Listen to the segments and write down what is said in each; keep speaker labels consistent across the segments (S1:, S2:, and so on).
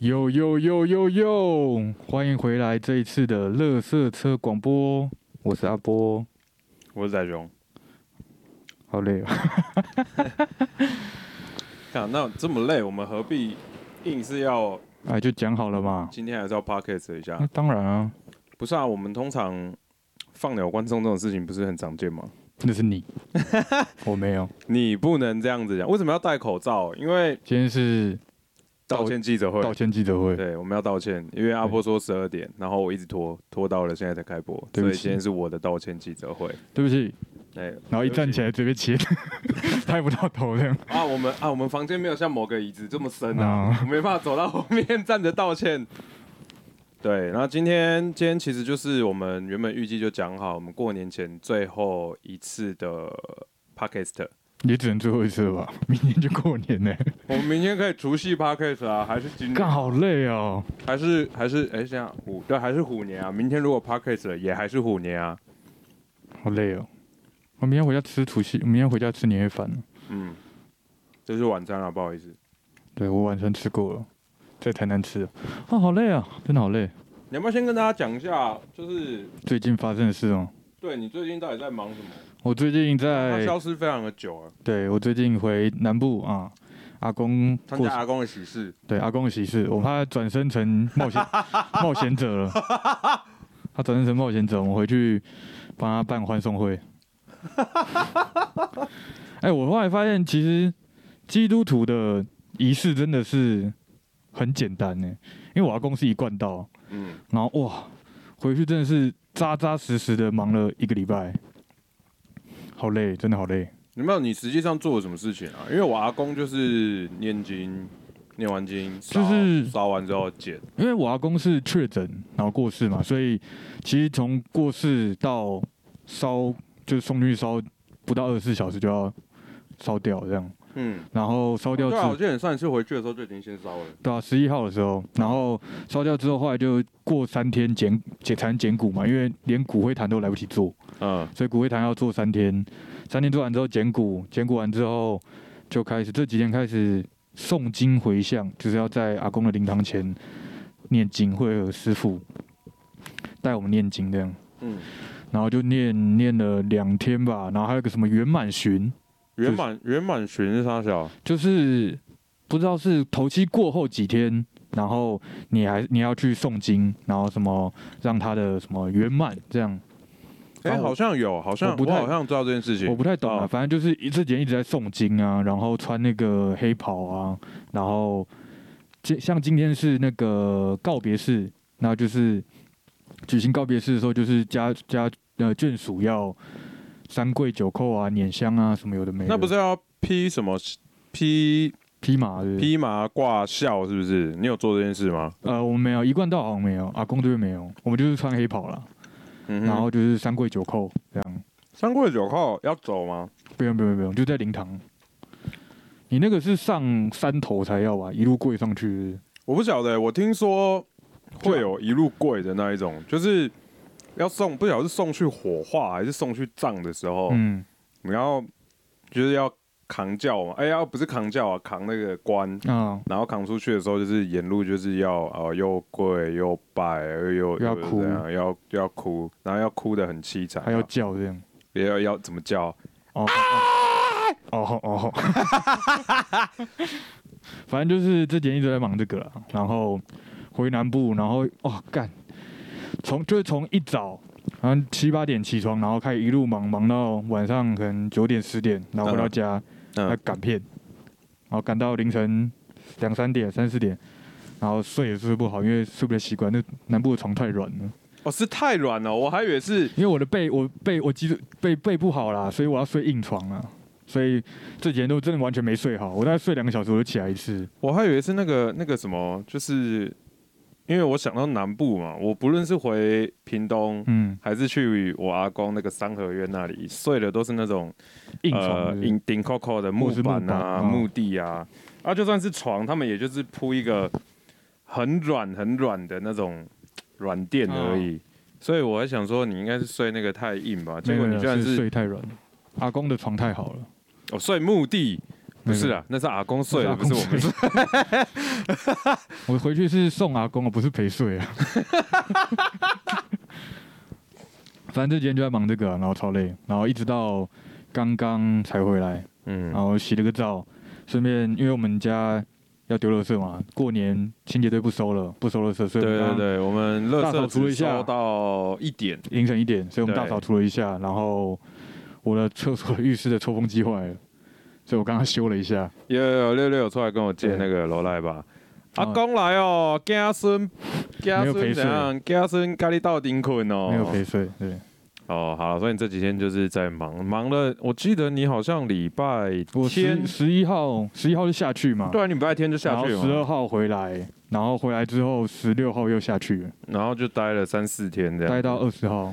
S1: 呦呦呦呦呦！欢迎回来，这一次的乐色车广播，我是阿波，
S2: 我是仔雄。
S1: 好累啊、
S2: 看，那这么累，我们何必硬是要
S1: 哦！哎，就讲好了嘛。
S2: 今天还是要 podcast 一
S1: 那、
S2: 下？
S1: 当然啊，
S2: 不是啊，我们通常放鸟观众这种事情不是很常见吗？
S1: 那是 你，我没有。
S2: 你不能这样子讲，为什么要戴口罩？因为
S1: 今天是道
S2: 道歉记者会。
S1: 道歉记者会，
S2: 对，我们要道歉，因为阿波说十二点，然后我一直拖拖到了现在才开播，
S1: 对不
S2: 所以
S1: 起
S2: 今天是我的道歉记者会。
S1: 对不起。
S2: 哎，
S1: 然后一站起
S2: 来
S1: 来，直接切， 拍不到头这样。
S2: 啊，我们啊，我们房间没有像某个椅子这么深啊
S1: 啊，
S2: 我没办法走到后面站着道歉。对，然后今天今天其实就是我们原本预计就讲好，我们过年前最后一次的 podcast，
S1: 也只能最后一次了吧？明天就过年呢、
S2: 我们明天可以除夕 podcast 啊，还是今
S1: 干好累哦。
S2: 还是还是哎，这样虎对，还是虎年啊，明天如果 podcast 了也还是虎年啊，
S1: 好累哦！我明天回家吃除夕，明天回家吃年夜饭了。
S2: 嗯，这是晚餐了，啊不好意思，
S1: 对我晚餐吃过了，在台南吃的。哦，好累啊，真的好累。
S2: 你要不要先跟大家讲一下，就是
S1: 最近发生的事哦，
S2: 对你最近到底在忙什么？
S1: 我最近
S2: 他
S1: 在，
S2: 消失非常的久啊，
S1: 对我最近回南部啊，阿公
S2: 参
S1: 过
S2: 加阿公的喜事。
S1: 对阿公的喜事，我怕他转身成冒 险冒险者了。他转身成冒险者，我们回去帮他办欢送 会。哎、我后来发现，其实基督徒的仪式真的是很简单呢，因为我阿公是一贯道，
S2: 嗯，
S1: 然后哇，回去真的是扎扎实实的忙了一个礼拜，好累，真的好累。
S2: 有没有你实际上做了什么事情啊？因为我阿公就是念经，念完经烧
S1: 就是
S2: 烧完之后剪，
S1: 因为我阿公是确诊然后过世嘛，所以其实从过世到烧，就是送进去烧，不到二十四小时就要烧掉这样，
S2: 嗯，
S1: 然后烧掉
S2: 对
S1: 之
S2: 啊，
S1: 后
S2: 我，记得你上一次回去的时候就已经先烧了，
S1: 对啊，十一号的时候，然后烧掉之后，后来就过三天捡捡才能捡骨嘛，因为连骨灰坛都来不及做，
S2: 嗯，
S1: 所以骨灰坛要做三天，三天做完之后捡骨，捡骨完之后就开始这几天开始诵经回向，就是要在阿公的灵堂前念经，会有师傅带我们念经这样，
S2: 嗯，
S1: 然后就念念了两天吧，然后还有个什么圆满巡，
S2: 圆满圆满巡是啥小？
S1: 就是不知道是头七过后几天。然后你还你要去诵经，然后什么让他的什么圆满这样，
S2: 哎、
S1: 啊我
S2: 好像有，好像
S1: 我
S2: 我
S1: 不太
S2: 好像知道这件事情。
S1: 我不太懂啊，
S2: 哦
S1: 反正就是一之前一直在诵经啊，然后穿那个黑袍啊，然后今像今天是那个告别式，那就是举行告别式的时候，就是家家呃眷属要三跪九叩啊、捻香啊什么有的没的，
S2: 那不是要披什么披
S1: 披马的
S2: 披麻挂孝是不是？你有做这件事吗？
S1: 呃，我们没有一贯道好像没有，阿公这边没有，我们就是穿黑袍啦，
S2: 嗯哼
S1: 然后就是三跪九叩这样，
S2: 三跪九叩要走吗？
S1: 不用不用不用，就在灵堂。你那个是上山头才要吧？一路跪上去是不是
S2: 我不晓得，我听说会有一路跪的那一种，就是要送，不晓得是送去火化还是送去葬的时候，
S1: 嗯，
S2: 然后就是要扛轿嘛，哎、要不是扛轿啊，扛那个棺。
S1: 啊，
S2: 然后扛出去的时候，就是沿路就是要呃又跪又拜又又
S1: 要
S2: 又
S1: 哭
S2: 这样要要哭，然后要哭的很凄惨啊，
S1: 还要叫这样。
S2: 也要要怎么叫？
S1: 哦
S2: 啊
S1: 哦哦哦， 反正就是之前一直在忙这个啦，然后回南部，然后哦干，从就是从一早，然后七八点起床，然后开始一路忙忙到晚上可能九点十点，然后回到家还
S2: 嗯，
S1: 赶片，然后赶到凌晨两三点三四点，然后睡也睡不好，因为睡不太习惯，那南部的床太软了。
S2: 哦，是太软了，我还以为是
S1: 因为我的背，我背，我脊椎背背不好啦，所以我要睡硬床啊。所以这几天都真的完全没睡好，我大概睡两个小时我就起来一次。
S2: 我还以为是那个那个什么，就是因为我想到南部嘛，我不论是回屏东。
S1: 嗯，
S2: 还是去我阿公那个三合院那里睡的都是那种
S1: 硬床
S2: 呃
S1: 是不是、
S2: 顶顶扣扣的木
S1: 或是木
S2: 板
S1: 板
S2: 啊、
S1: 哦
S2: 木地啊，啊就算是床，他们也就是铺一个很软很软的那种软垫而
S1: 啊
S2: 已。所以我还想说，你应该是睡那个太硬吧？结
S1: 没有
S2: 果
S1: 没
S2: 你
S1: 有
S2: 居然
S1: 是
S2: 是
S1: 睡太软了。阿公的床太好了，
S2: 哦睡木地，不是啊，那是阿公睡了，不
S1: 那
S2: 是
S1: 是
S2: 我
S1: 阿公
S2: 们
S1: 睡。我回去是送阿公啊，不是陪睡啊。 反正这几天就在忙这个啊、然后超累，然后一直到刚刚才回来，
S2: 嗯
S1: 然，后洗了个澡，顺便因为我们家要丢垃圾嘛，过年清洁队不收了，不收垃圾，所
S2: 对
S1: 以我们
S2: 对
S1: 刚
S2: 对，我们乐
S1: 啊大
S2: 色
S1: 扫除
S2: 只
S1: 一下
S2: 收到一点，
S1: 凌晨一点，所以我们
S2: 对
S1: 大扫除了一下，然后我的厕所浴室的抽风机坏了，所以我刚刚修了一下。
S2: 有有有六六有出来跟我借
S1: 对
S2: 那个楼赖吧。阿
S1: 然后
S2: 公来哦，家孙，家
S1: 没有
S2: 孙
S1: 陪
S2: 怎
S1: 睡
S2: 样？家孙咖喱到顶困哦。
S1: 没有陪睡，对
S2: 哦，好，所以你这几天就是在忙，忙了。我记得你好像礼拜
S1: 我
S2: 天
S1: 十，十一号十一号就下去嘛，
S2: 对啊，你礼拜天就下去了
S1: 然后十二
S2: 嘛，
S1: 号回来，然后回来之后十六号又下去了，
S2: 然后就待了三四天这样。
S1: 待到二十号，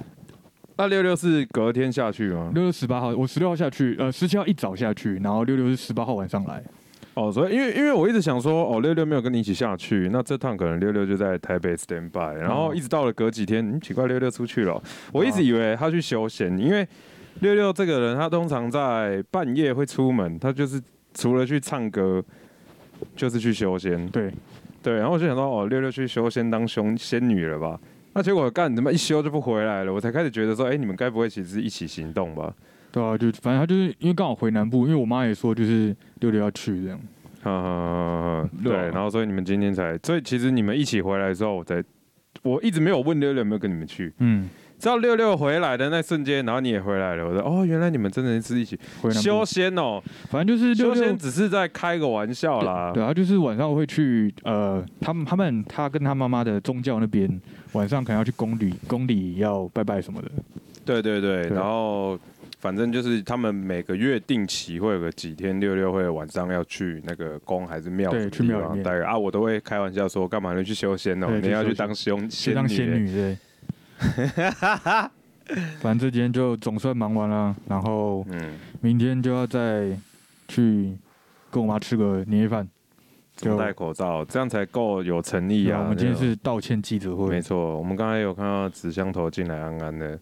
S2: 那六六是隔天下去吗？
S1: 六六十八号，我十六号下去，呃，十七号一早下去，然后六六是十八号晚上来，
S2: 哦，所以因为因为我一直想说，哦，六六没有跟你一起下去，那这趟可能六六就在台北 stand by，然后一直到了隔几天，嗯，奇怪，六六出去了哦，我一直以为他去休闲，因为六六这个人，他通常在半夜会出门，他就是除了去唱歌，就是去休闲，
S1: 对，
S2: 对，然后我就想到，哦，六六去修仙当兄仙女了吧？那结果干，怎么一修就不回来了？我才开始觉得说，哎、你们该不会其实是一起行动吧？
S1: 对啊，就反正他就是因为刚好回南部，因为我妈也说就是六六要去这样，
S2: 嗯，对。
S1: 对啊
S2: 然后所以你们今天才，所以其实你们一起回来之后，我才，我一直没有问六六有没有跟你们去，
S1: 嗯，
S2: 直到六六回来的那瞬间，然后你也回来了，我说，哦，原来你们真的是一起
S1: 回南
S2: 修
S1: 部，
S2: 仙哦，
S1: 反正就是六
S2: 修
S1: 六
S2: 仙。只是在开个玩笑啦
S1: 对。啊，就是晚上会去呃，他们他们他跟他妈妈的宗教那边，晚上可能要去宫里，宫里要拜拜什么的。
S2: 对对对，
S1: 对
S2: 然后反正就是他们每个月定期会有个几天六六会晚上要去那个宫还是庙
S1: 对
S2: 什么
S1: 去庙
S2: 地方
S1: 里面
S2: 待啊，我都会开玩笑说干嘛要去修仙哦，
S1: 对
S2: 你要去
S1: 去修仙
S2: 当修
S1: 去当仙
S2: 女。
S1: 女对。反正这几天就总算忙完了，然后
S2: 嗯，
S1: 明天就要再去跟我妈吃个年夜饭。
S2: 怎么
S1: 就
S2: 戴口罩，这样才够有诚意啊！
S1: 我们今天
S2: 那种
S1: 是道歉记者
S2: 没
S1: 会，
S2: 错，我们刚才有看到纸箱头进来安安的，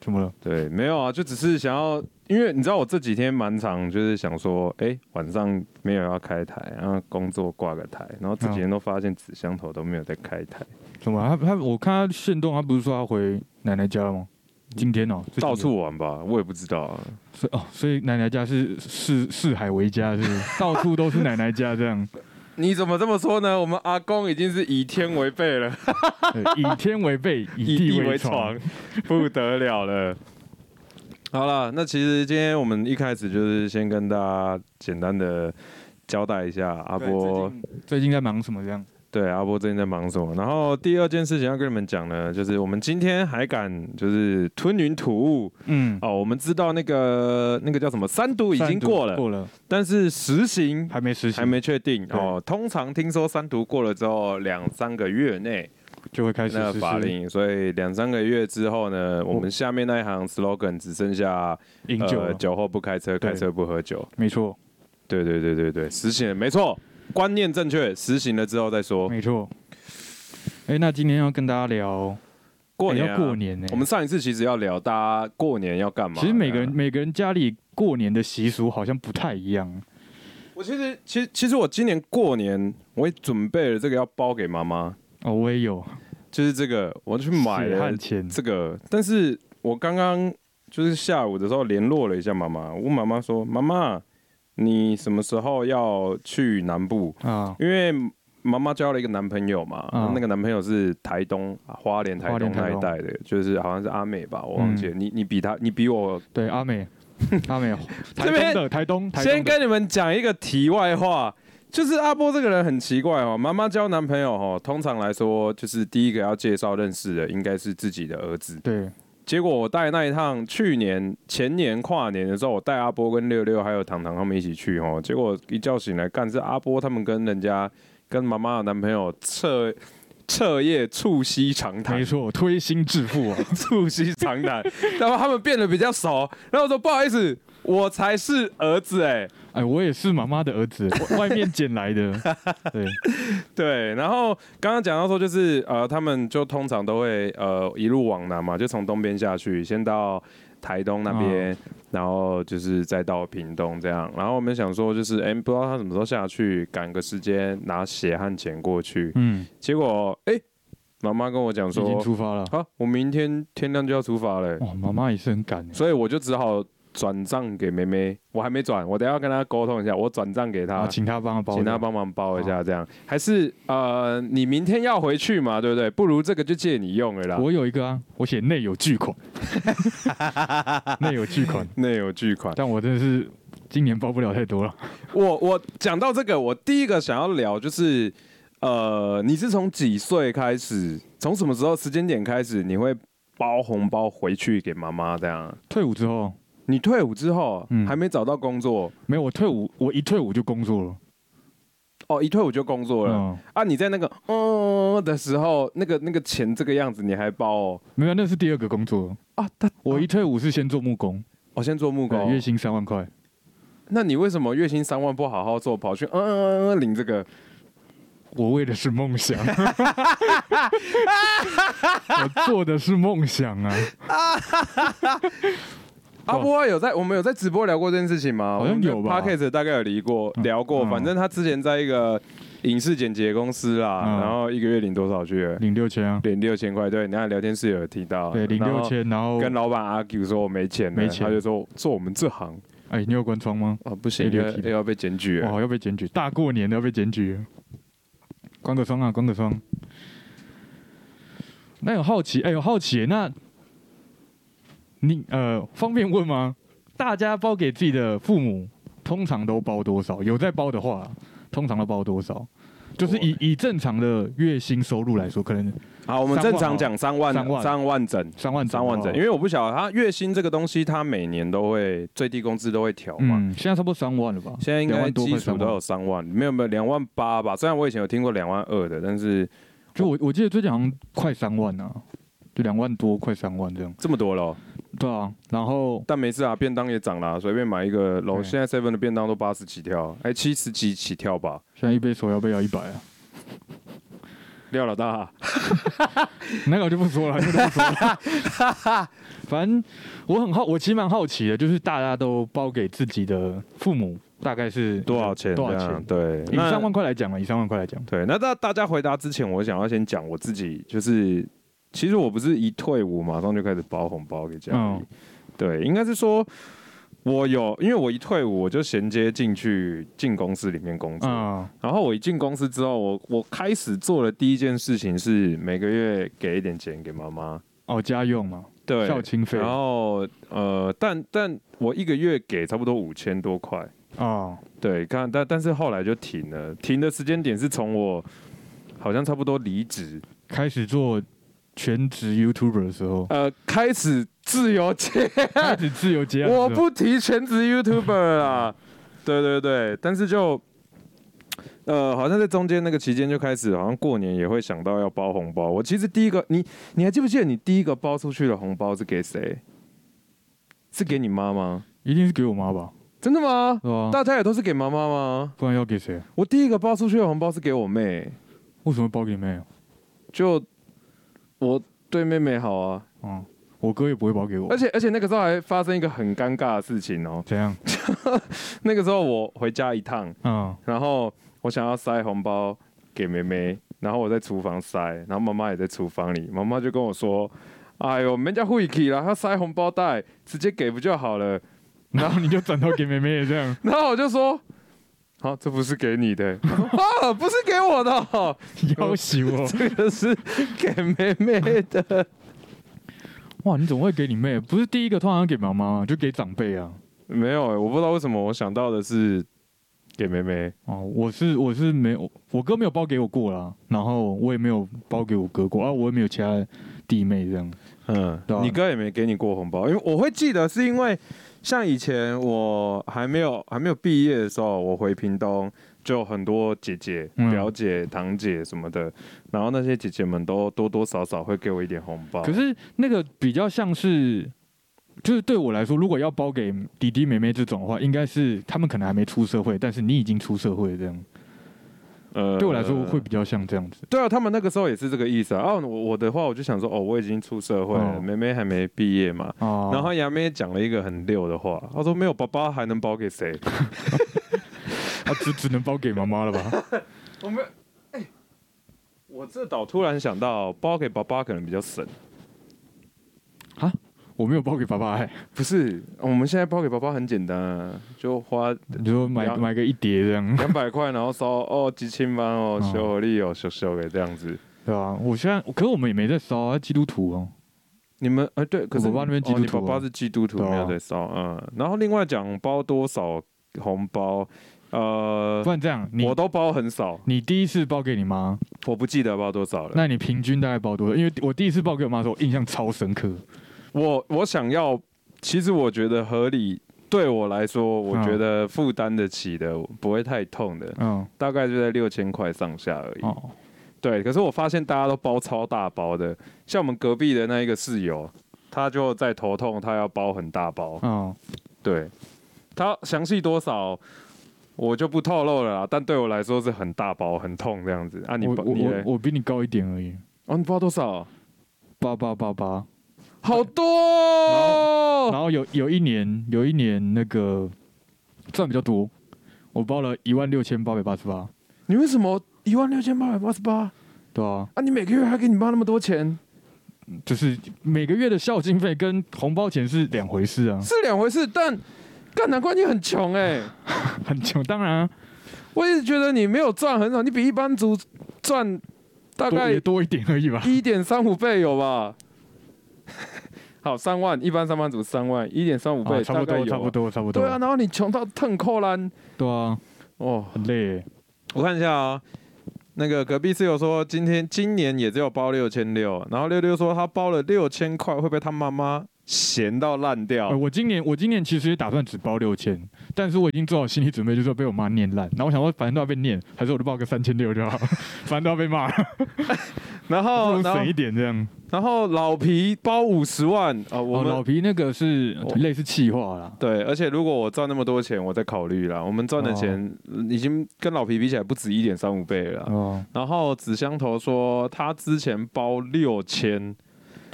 S1: 怎么了？
S2: 对，没有啊，就只是想要，因为你知道我这几天蛮长，就是想说，哎、晚上没有要开台，然后工作挂个台，然后这几天都发现纸箱头都没有在开台。
S1: 怎么了？他他我看他现动，他不是说他回奶奶家了吗？今天哦，是今天
S2: 到处玩吧，我也不知道、啊。
S1: 所以哦，所以奶奶家是视视海为家，是不是 到处都是奶奶家这样，
S2: 你怎么这么说呢？我们阿公已经是以天为被了，
S1: 对以天为被，以
S2: 以
S1: 地
S2: 地
S1: 为
S2: 为
S1: 床
S2: 床。，不得了了。 好了，那其实今天我们一开始就是先跟大家简单的交代一下阿波，
S1: 最近在忙什么？这样
S2: 对阿波最近在忙什么。然后第二件事情要跟你们讲呢，就是我们今天还敢就是吞云吐雾
S1: 嗯，
S2: 哦，我们知道那个那个叫什么三读已经
S1: 散毒
S2: 过了，
S1: 过了，
S2: 但是实行
S1: 还没实行，
S2: 还没确定
S1: 对
S2: 哦。通常听说三读过了之后，两三个月内
S1: 就会开始
S2: 那
S1: 实施
S2: 法令，所以两三个月之后呢，我们下面那一行 slogan 只剩下
S1: 饮酒了
S2: 呃，酒后不开车，
S1: 对
S2: 开车不喝酒。
S1: 没错，
S2: 对对对对对，实行了，没错，观念正确，实行了之后再说。
S1: 没错。哎，那今天要跟大家聊
S2: 过年
S1: 哎
S2: 啊
S1: 要过年呢，
S2: 我们上一次其实要聊大家过年要干嘛，
S1: 其实每个人
S2: 对啊
S1: 每个人家里过年的习俗好像不太一样。
S2: 我其实其实其实我今年过年我也准备了这个要包给妈妈，
S1: 哦，我也有
S2: 就是这个我去买
S1: 血
S2: 了
S1: 汗钱，
S2: 这个，但是我刚刚就是下午的时候联络了一下妈妈，我问妈妈说：“妈妈，你什么时候要去南部？
S1: 啊，
S2: 因为妈妈交了一个男朋友嘛，
S1: 嗯
S2: 那个男朋友是台东花莲、台
S1: 花
S2: 东
S1: 莲
S2: 那
S1: 台
S2: 一
S1: 东嗯
S2: 带的，就是好像是阿美吧，我忘记了。你你比他，你比我。
S1: 对，阿 美，阿美，台
S2: 这边
S1: 东的，台东，台
S2: 先
S1: 东的，
S2: 跟你们讲一个题外话。就是阿波这个人很奇怪哦，妈妈交男朋友哦，通常来说就是第一个要介绍认识的应该是自己的儿子，
S1: 对，
S2: 结果我带那一趟，去年前年跨年的时候，我带阿波跟六六还有糖糖他们一起去哦。结果一觉醒来，干是阿波他们跟人家跟妈妈的男朋友彻彻夜促膝长谈
S1: 没，错，推心置腹啊，
S2: 促膝长谈，然后他们变得比较熟。然后我说不好意思，我才是儿子哎、
S1: 哎，我也是妈妈的儿子，我外面捡来的， 对，
S2: 对，然后刚刚讲到说，就是呃，他们就通
S1: 嗯
S2: 常都会呃一路往南嘛，就从东边下去，先到台东那边，然后就是再到屏东这样。然后我们想说，就是哎、诶不知道他什么时候下去，赶个时间拿血汗钱过去。
S1: 嗯，
S2: 结果哎、诶妈妈跟我讲
S1: 已经
S2: 说，
S1: 出哦发了。
S2: 好、我明天天亮就要出发了、
S1: 哇，妈妈也是很赶欸，
S2: 所以我就只好转账给妹妹。我还没转，我等一下要跟她沟通一下，我转账给
S1: 啊，
S2: 她。
S1: 请她帮她包，
S2: 请她帮忙包一下，这样还是呃，你明天要回去嘛，对不对？不如这个就借你用了啦。
S1: 我有一个啊，我写内有巨 款，内有巨款，
S2: 内有巨款。
S1: 但我真的是今年包不了太多了。
S2: 我我讲到这个，我第一个想要聊就是，呃，你是从几岁开始，从什么时候时间点开始，你会包红包回去给妈妈这样？
S1: 退伍之后，
S2: 你退伍之后、
S1: 嗯
S2: 还没找到工作
S1: 没有我退伍，我一退伍就工作了。
S2: 哦，一退伍就工作了、
S1: 嗯，
S2: 啊？你在那个嗯的时候，那个那个钱这个样子，你还包哦？
S1: 没有，那是第二个工作。
S2: 啊，他
S1: 我一退伍是先做木工，
S2: 我、先做木
S1: 对
S2: 工哦
S1: 月，薪三万块，
S2: 那你为什么月薪三万不好好做，跑去嗯嗯嗯领这个？
S1: 我为的是梦 想，我做的是梦想啊，
S2: 阿
S1: 哦
S2: 波有在我们有在直播聊过这件事情吗？
S1: 好像有吧
S2: p o d c a s 大概有聊过
S1: 嗯
S2: 聊过，
S1: 嗯
S2: 反正他之前在一个影视剪辑公司啦，
S1: 嗯
S2: 然后一个月领多少去了？
S1: 领六千啊，
S2: 领六千块，对，你看聊天室有提到，
S1: 对，领六，千，然后
S2: 跟老板 argue 说我没钱了，
S1: 没钱
S2: 他就说做我们这行
S1: 哎，你有关窗吗？
S2: 啊不行，
S1: 被
S2: 要
S1: 流体的
S2: 要要被检举了，
S1: 哇，要被检举，大过年的要被检举了，关个窗啊，关个窗。那有好奇，哎、有好奇，那你呃，方便问吗？大家包给自己的父母，通常都包多少？有在包的话，通常都包多少？就是以以正常的月薪收入来说，可能
S2: 好，我们正常讲三万
S1: 三万
S2: 三万整。
S1: 三万
S2: 三万整，因
S1: 为
S2: 为我不晓得他月薪这个东西，他每年都会最低工资都会调嘛。
S1: 嗯，现在差不多三万了吧？
S2: 现在应
S1: 两
S2: 该
S1: 万多
S2: 基
S1: 块
S2: 础
S1: 三
S2: 都
S1: 万
S2: 有。三万，没有没有两万八吧？虽然我以前有听过两万二的，但是
S1: 就我我记得最近好像快三万啊，就两万多，快三万这样。
S2: 这么多了哦、
S1: 对啊，然后
S2: 但没事啊，便当也涨啦、随便买一个楼，
S1: 对
S2: 现在 seven 的便当都八十起跳，哎，七十几起跳吧。
S1: 现在一杯手摇杯要一百啊，
S2: 廖老大，
S1: 那个我就不说了，那个就不说了。 反正我很好，我其实蛮好奇的，就是大家都包给自己的父母大概是
S2: 多少钱？
S1: 多少
S2: 这样
S1: 钱？
S2: 对，
S1: 以
S2: 那
S1: 三万块来讲嘛，以三万块来讲，
S2: 对，那大大家回答之前，我想要先讲我自己，就是其实我不是一退伍马上就开始包红包给家里，
S1: 嗯
S2: 对，应该是说我有，因为我一退伍我就衔接进去进公司里面工作，
S1: 啊、
S2: 然后我一进公司之后，我我开始做的第一件事情是每个月给一点钱给妈妈，
S1: 哦，家用嘛，
S2: 对，
S1: 孝亲费
S2: 然
S1: 啊、
S2: 后呃，但但我一个月给差不多五千多块，
S1: 哦
S2: 对，看但但是后来就停了，停的时间点是从我好像差不多离职，，
S1: 开始做全职 YouTuber 的时候
S2: 呃，开始自由接，
S1: 开始自由接案的时候，
S2: 我不提全职 YouTuber 啦，对对对，但是就。呃，好像在中间那个期间就开始，好像过年也会想到要包红包。我其实第一个，你你还记不记得你第一个包出去的红包是给谁？是给你妈吗？
S1: 一定是给我妈吧，
S2: 真的吗？
S1: 是吧？
S2: 大家也都是给妈妈吗？
S1: 不然要给谁？
S2: 我第一个包出去的红包是给我妹，
S1: 为什么包给妹啊？
S2: 就我对妹妹好啊。
S1: 嗯，我哥也不会包给我
S2: 而，且而且那个时候还发生一个很尴尬的事情哦。
S1: 怎样？
S2: 那个时候我回家一趟，
S1: 嗯，
S2: 然后我想要塞红包给妹妹，然后我在厨房塞，然后妈妈也在厨房里，妈妈就跟我说：“哎呦，人家会气啦，她塞红包袋，直接给不就好了。”
S1: 然后你就转头给妹妹也这 样。
S2: 然后我就说：“好、这不是给你的、啊，不是给我的 哦、
S1: 要挟 我。
S2: 这个是给妹妹的。
S1: 哇，你怎么会给你妹？不是第一个通常给妈妈，就给长辈啊。”
S2: 没有、欸，我不知道为什么我想到的是给妹妹。
S1: 哦，我是我是没有，我哥没有包给我过啦，然后我也没有包给我哥过啊，我也没有其他弟妹这样。
S2: 嗯
S1: 对啊
S2: 你哥也没给你过红包，因为我会记得是因为像以前我还没有还没有毕业的时候，我回屏东就有很多姐姐、
S1: 嗯
S2: 表姐、堂姐什么的，然后那些姐姐们都多多少少会给我一点红包。
S1: 可是那个比较像是，就是对我来说，如果要包给弟弟妹妹这种的话，应该是他们可能还没出社会，但是你已经出社会这样。
S2: 呃
S1: 对我来说会比较像这样子。
S2: 对啊，他们那个时候也是这个意思啊。哦，我我的话我就想说，哦，我已经出社会了，
S1: 嗯
S2: 妹妹还没毕业嘛。
S1: 哦，
S2: 然后杨妹讲了一个很溜的话，她说没有爸爸还能包给谁？
S1: 啊，只只能包给妈妈了吧？
S2: 我们，哎、我这倒突然想到，包给爸爸可能比较省。
S1: 我没有包给爸爸、哎，
S2: 不是，我们现在包给爸爸很简单啊，就 花
S1: 你说买买个一叠这样，
S2: 两百块，然后烧哦几千万哦，
S1: 嗯
S2: 修合力哦，修修给这样子。
S1: 对吧、我现在，可是我们也没在烧啊，基督徒哦、
S2: 你们哎、对，可是
S1: 我爸那边基督
S2: 哦、你
S1: 徒
S2: 爸
S1: 啊
S2: 爸是基督徒，
S1: 对啊
S2: 没有在烧嗯。然后另外讲包多少红包，呃
S1: 不，然这样，你
S2: 我都包很少，
S1: 你第一次包给你妈，
S2: 我不记得包多少了。
S1: 那你平均大概包多少？因为我第一次包给我妈的时候，我印象超深刻。
S2: 我我想要，其实我觉得合理。对我来说，我
S1: 嗯
S2: 觉得负担得起的，不会太痛的，
S1: 嗯，
S2: 大概就在六千块上下而已。
S1: 哦，
S2: 对，可是我发现大家都包超大包的，像我们隔壁的那一个室友，他就在头痛，他要包很大包。
S1: 嗯，
S2: 对，他详细多少我就不透露了啦，但对我来说是很大包，很痛这样子。啊你，
S1: 我
S2: 包
S1: 我
S2: 你
S1: 我
S2: 嘞
S1: 我比你高一点而已，
S2: 哦，你包多少？
S1: 八八八八。
S2: 好多、哦。
S1: 然后有有一年，有一年那个赚比较多，我包了一万六千八百八十八，
S2: 你为什么一万六千八百八十八
S1: 对啊，
S2: 啊？你每个月还给你妈那么多钱，
S1: 就是每个月的孝经费跟红包钱是两回事 啊，
S2: 是两回事。但干，难怪你很穷哎、
S1: 很穷。当然、啊，
S2: 我一直觉得你没有赚很少，你比一般族赚大
S1: 多
S2: 概
S1: 也多一点而已吧。
S2: 一点三五倍有吧？ 好，三万，一般上班族三万，一点三五倍、
S1: 啊，差不
S2: 大概有
S1: 多，
S2: 啊
S1: 差不多，差不多。
S2: 对啊，，然后你穷到腾扣篮
S1: 对啊，
S2: 哦。
S1: 很累欸。
S2: 我看一下啊，那个隔壁室友说，今天今年也只有包六千六，然后六六说他包了六千块，会被他妈妈闲到烂掉
S1: 呃。我今年我今年其实也打算只包六千，但是我已经做好心理准备，就是要被我妈念烂。然后我想说，反正都要被念，还是我就报个三千六就 好，反正都要被骂，
S2: 然
S1: 不
S2: 后
S1: 如
S2: 哦然后
S1: 省一点这样。
S2: 然后老皮包五十万啊、我
S1: 哦，
S2: 们、
S1: 老皮那个是
S2: 我
S1: 类似气化啦，
S2: 对，而且如果我赚那么多钱，我再考虑啦。我们赚的钱嗯已经跟老皮比起来不止一点三五倍了啦。
S1: 哦，
S2: 然后紫香头说他之前包六千，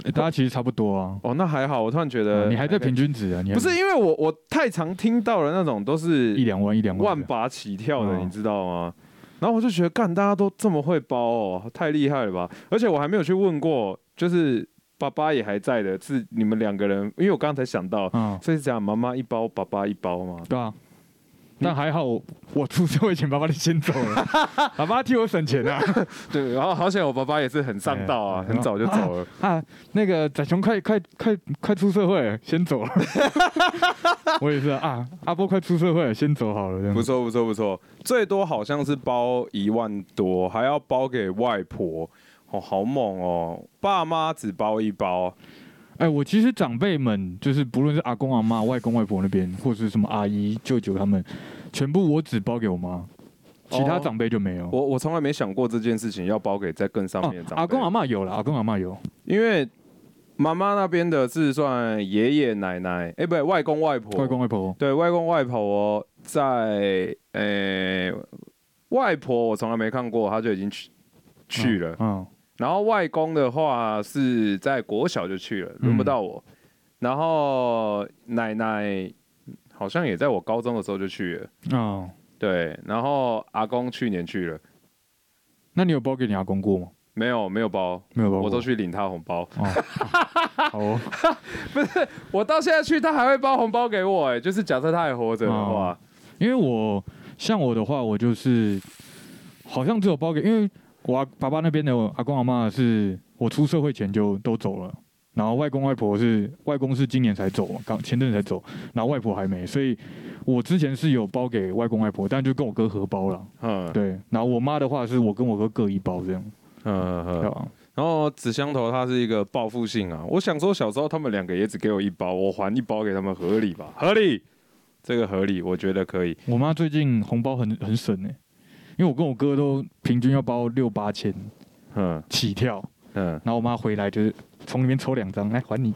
S1: 欸大家其实差不多啊。
S2: 哦，那还好。我突然觉得、
S1: 呃你还在平，均值啊？你还
S2: 不是因为我我太常听到了那种都
S1: 一
S2: 是
S1: 两万一两万
S2: 万
S1: 这样？
S2: 把起跳的，
S1: 哦
S2: 你知道吗？然后我就觉得，干，大家都这么会包哦，太厉害了吧！而且我还没有去问过，就是爸爸也还在的，是你们两个人，因为我刚才想到，
S1: 嗯，
S2: 所以讲妈妈一包，爸爸一包嘛。
S1: 对啊。但还好我，我出社会前，爸爸就先走 了，爸爸替我省钱啊！
S2: 对，然后好险我爸爸也是很上道啊，
S1: 哎
S2: 很早就走了。
S1: 啊，那个仔熊快快快快出社会了，先 走了。我也是啊，啊阿波快出社会了，先走好了。这样
S2: 不错不错不错，最多好像是包一万多，还要包给外婆，哦，好猛哦！爸妈只包一包，
S1: 哎、我其实长辈们，就是不论是阿公阿妈、外公外婆那边，或是什么阿姨、舅舅他们，全部我只包给我妈，其他
S2: 哦
S1: 长辈就没有。啊
S2: 我我从来没想过这件事情要包给在更上面的长辈、
S1: 阿公阿妈有了，阿公阿妈有。
S2: 因为妈妈那边的是算爷爷奶奶，哎、不对，外公外婆，
S1: 外公外婆，
S2: 对外公外婆哦在呃、外婆我从来没看过，她就已经去去了。
S1: 嗯，
S2: 然后外公的话是在国小就去了，
S1: 嗯
S2: 轮不到我。然后奶奶好像也在我高中的时候就去了，
S1: 嗯嗯，
S2: 对。然后阿公去年去了，
S1: 那你有包给你阿公过吗？
S2: 没有没有包，
S1: 没有包过，
S2: 我都去领他红包。
S1: 哦。好哦，
S2: 我到现在去，他还会包红包给我、哎，就是假设他还活着的话，
S1: 因为我像我的话，我就是好像只有包给，因为我阿爸爸那边的阿公阿妈是我出社会前就都走了，然后外公外婆是外公是今年才走嘛，刚前阵子才走，然后外婆还没，所以我之前是有包给外公外婆，但就跟我哥合包了，
S2: 嗯嗯
S1: 对，然后我妈的话是我跟我哥各一包这样，
S2: 嗯
S1: 对
S2: 嗯。
S1: 吧？
S2: 然后纸箱头他是一个报复性啊，我想说小时候他们两个也只给我一包，我还一包给他们合理吧？合理，这个合理，我觉得可以。
S1: 我妈最近红包很很省哎、因为我跟我哥都平均要包六八千
S2: 嗯
S1: 起跳，
S2: 嗯，
S1: 然后我妈回来就是从里面抽两张来还你，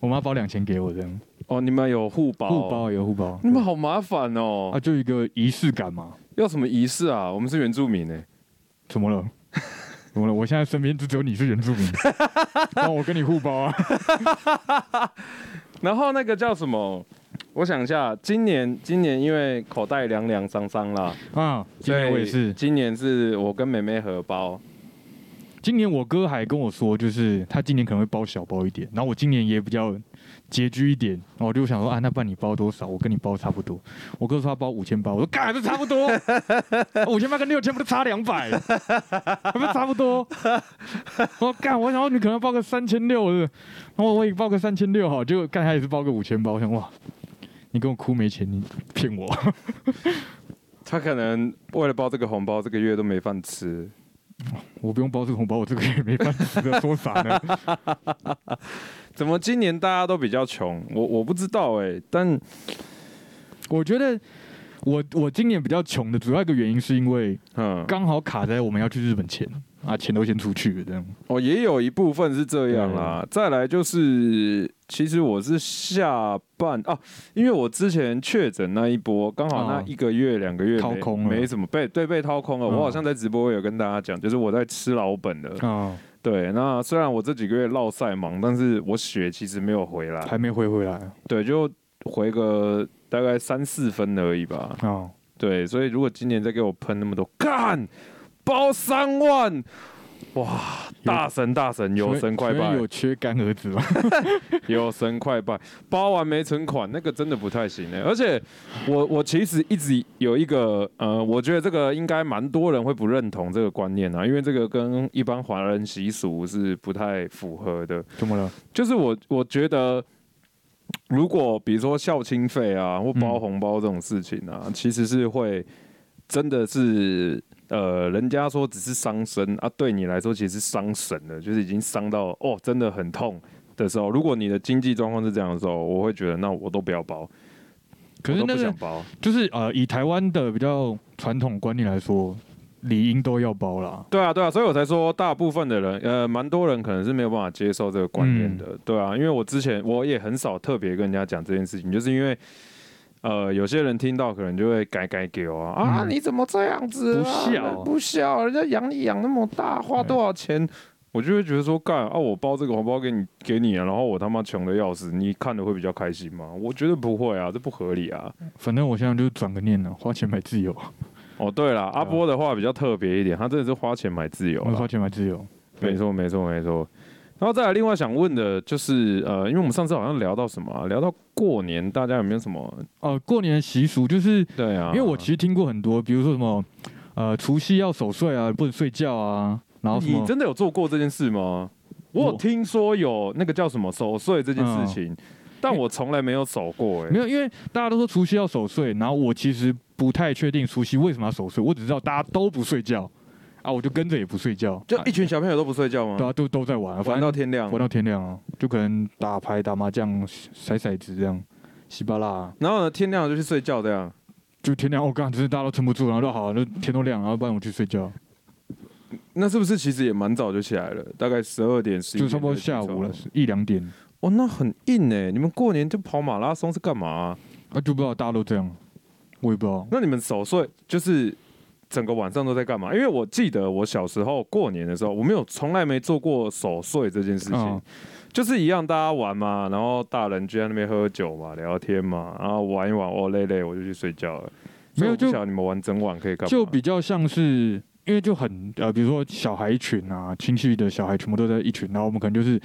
S1: 我妈包两千给我这样，
S2: 哦，你们有互保、
S1: 互包有互包，
S2: 你们好麻烦哦、
S1: 啊，就一个仪式感嘛。
S2: 要什么仪式啊？我们是原住民哎、
S1: 怎么了？ 怎么了？我现在身边就只有你是原住民，那我跟你互包啊。
S2: 然后那个叫什么？我想一下，今年今年因为口袋凉凉桑桑啦，
S1: 啊，今年我也
S2: 所以
S1: 是，
S2: 今年是我跟妹妹荷包，
S1: 今年我哥还跟我说，就是他今年可能会包小包一点，然后我今年也比较拮据一点，然后我就想说啊，那不然你包多少？我跟你包差不多。我哥说他包五千八，我说干这差不多， 五千八跟六千不是差两百，还不是差不多？我说干，我想说你可能包个三千六的，然后我也包个三千六好，结果干他也是包个五千八，我想哇。你跟我哭没钱，你骗我！
S2: 她可能为了包这个红包，这个月都没饭吃。
S1: 我不用包这个红包，我这个也没饭吃的，说啥呢？
S2: 怎么今年大家都比较穷？我我不知道哎、但
S1: 我觉得我我今年比较穷的主要一个原因是因为
S2: 嗯，
S1: 刚好卡在我们要去日本前啊，钱都先出去了这样。
S2: 哦，也有一部分是这样啦。
S1: 嗯
S2: 再来就是，其实我是下半啊，因为我之前确诊那一波，刚好那
S1: 哦
S2: 一个月、两个月没
S1: 掏空了
S2: 没什么被对被掏空了。
S1: 嗯
S2: 我好像在直播有跟大家讲，就是我在吃老本的。
S1: 啊，
S2: 对，那虽然我这几个月落赛忙，但是我血其实没有回来，
S1: 还没回回来
S2: 对，就回个大概三四分而已吧。
S1: 啊，
S2: 对，所以如果今年再给我喷那么多，干包三万，哇！大神大神，有神快
S1: 所以
S2: 拜，
S1: 有缺干儿子吗？
S2: 有神快拜，包完没存款，那个真的不太行哎、而且我我其实一直有一个呃，我觉得这个应该蛮多人会不认同这个观念啊，因为这个跟一般华人习俗是不太符合的。
S1: 怎么了？
S2: 就是我我觉得，如果比如说校庆费啊，或包
S1: 嗯
S2: 红包这种事情啊，其实是会真的是呃，人家说只是伤身啊，对你来说其实是伤神了，就是已经伤到哦，真的很痛的时候。如果你的经济状况是这样的时候，我会觉得那我都不要包，
S1: 可是
S2: 我
S1: 那
S2: 都不
S1: 个
S2: 想包。
S1: 就是呃，以台湾的比较传统观念来说，理应都要包啦。
S2: 对啊，对啊，所以我才说大部分的人，呃，蛮多人可能是没有办法接受这个观念
S1: 嗯
S2: 的，对啊，因为我之前我也很少特别跟人家讲这件事情，就是因为，呃，有些人听到可能就会改改给我啊，啊，
S1: 嗯
S2: 你怎么这样子、啊？
S1: 不嗯孝
S2: 不孝，人家养你养那么大，花多少钱？我就会觉得说，干啊，我包这个红包给你给你啊，然后我他妈穷的要死，你看的会比较开心吗？我觉得不会啊，这不合理啊。
S1: 反正我现在就转个念了，花钱买自由，
S2: 哦，对了，阿波的话比较特别一点，他真的是花钱买自由
S1: 我
S2: 啦，
S1: 啊花钱买自由。对
S2: 没错，没错，没错。然后再来，另外想问的就是，呃，因为我们上次好像聊到什么啊、聊到过年，大家有没有什么？
S1: 哦、过年的习俗就是
S2: 对啊，
S1: 因为我其实听过很多，比如说什么呃，除夕要守岁啊，不能睡觉啊，然后什么
S2: 你真的有做过这件事吗？我有
S1: 我嗯
S2: 听说有那个叫什么守岁这件事情，但我从来没有守过、欸。
S1: 没有，因为大家都说除夕要守岁，然后我其实不太确定除夕为什么要守岁，我只知道大家都不睡觉啊，我就跟着也不睡觉，
S2: 就
S1: 啊
S2: 一群小朋友都不睡觉吗？
S1: 对啊，都都在玩啊，
S2: 玩
S1: 反
S2: 到
S1: 正
S2: 天亮
S1: 玩。到天亮啊，就可能打牌、打麻将、甩骰子这样，稀巴烂啊，
S2: 然后呢，天亮就去睡觉这样。
S1: 就天亮，我、哦、刚只是大家都撑不住，然后就好，那天都亮，然后不然我去睡觉，
S2: 那是不是其实也蛮早就起来了？大概十二点、十一
S1: 就
S2: 点
S1: 差不多
S2: 起床
S1: 下午了，一两点，
S2: 哦，那很硬哎、你们过年就跑马拉松是干嘛啊、
S1: 啊，就不知道大家都这样，我也不知道，
S2: 那你们守岁就是整个晚上都在干嘛？因为我记得我小时候过年的时候，我没有从来没做过守岁这件事情，
S1: 嗯
S2: 就是一样大家玩嘛，然后大人就在那边喝酒嘛、聊天嘛，然后玩一玩，哦累累我就去睡觉了。
S1: 没有
S2: 所以我不
S1: 就
S2: 晓得你们玩整晚可以干嘛？
S1: 就比较像是，因为就很呃，比如说小孩群啊，亲戚的小孩全部都在一群，然后我们可能就是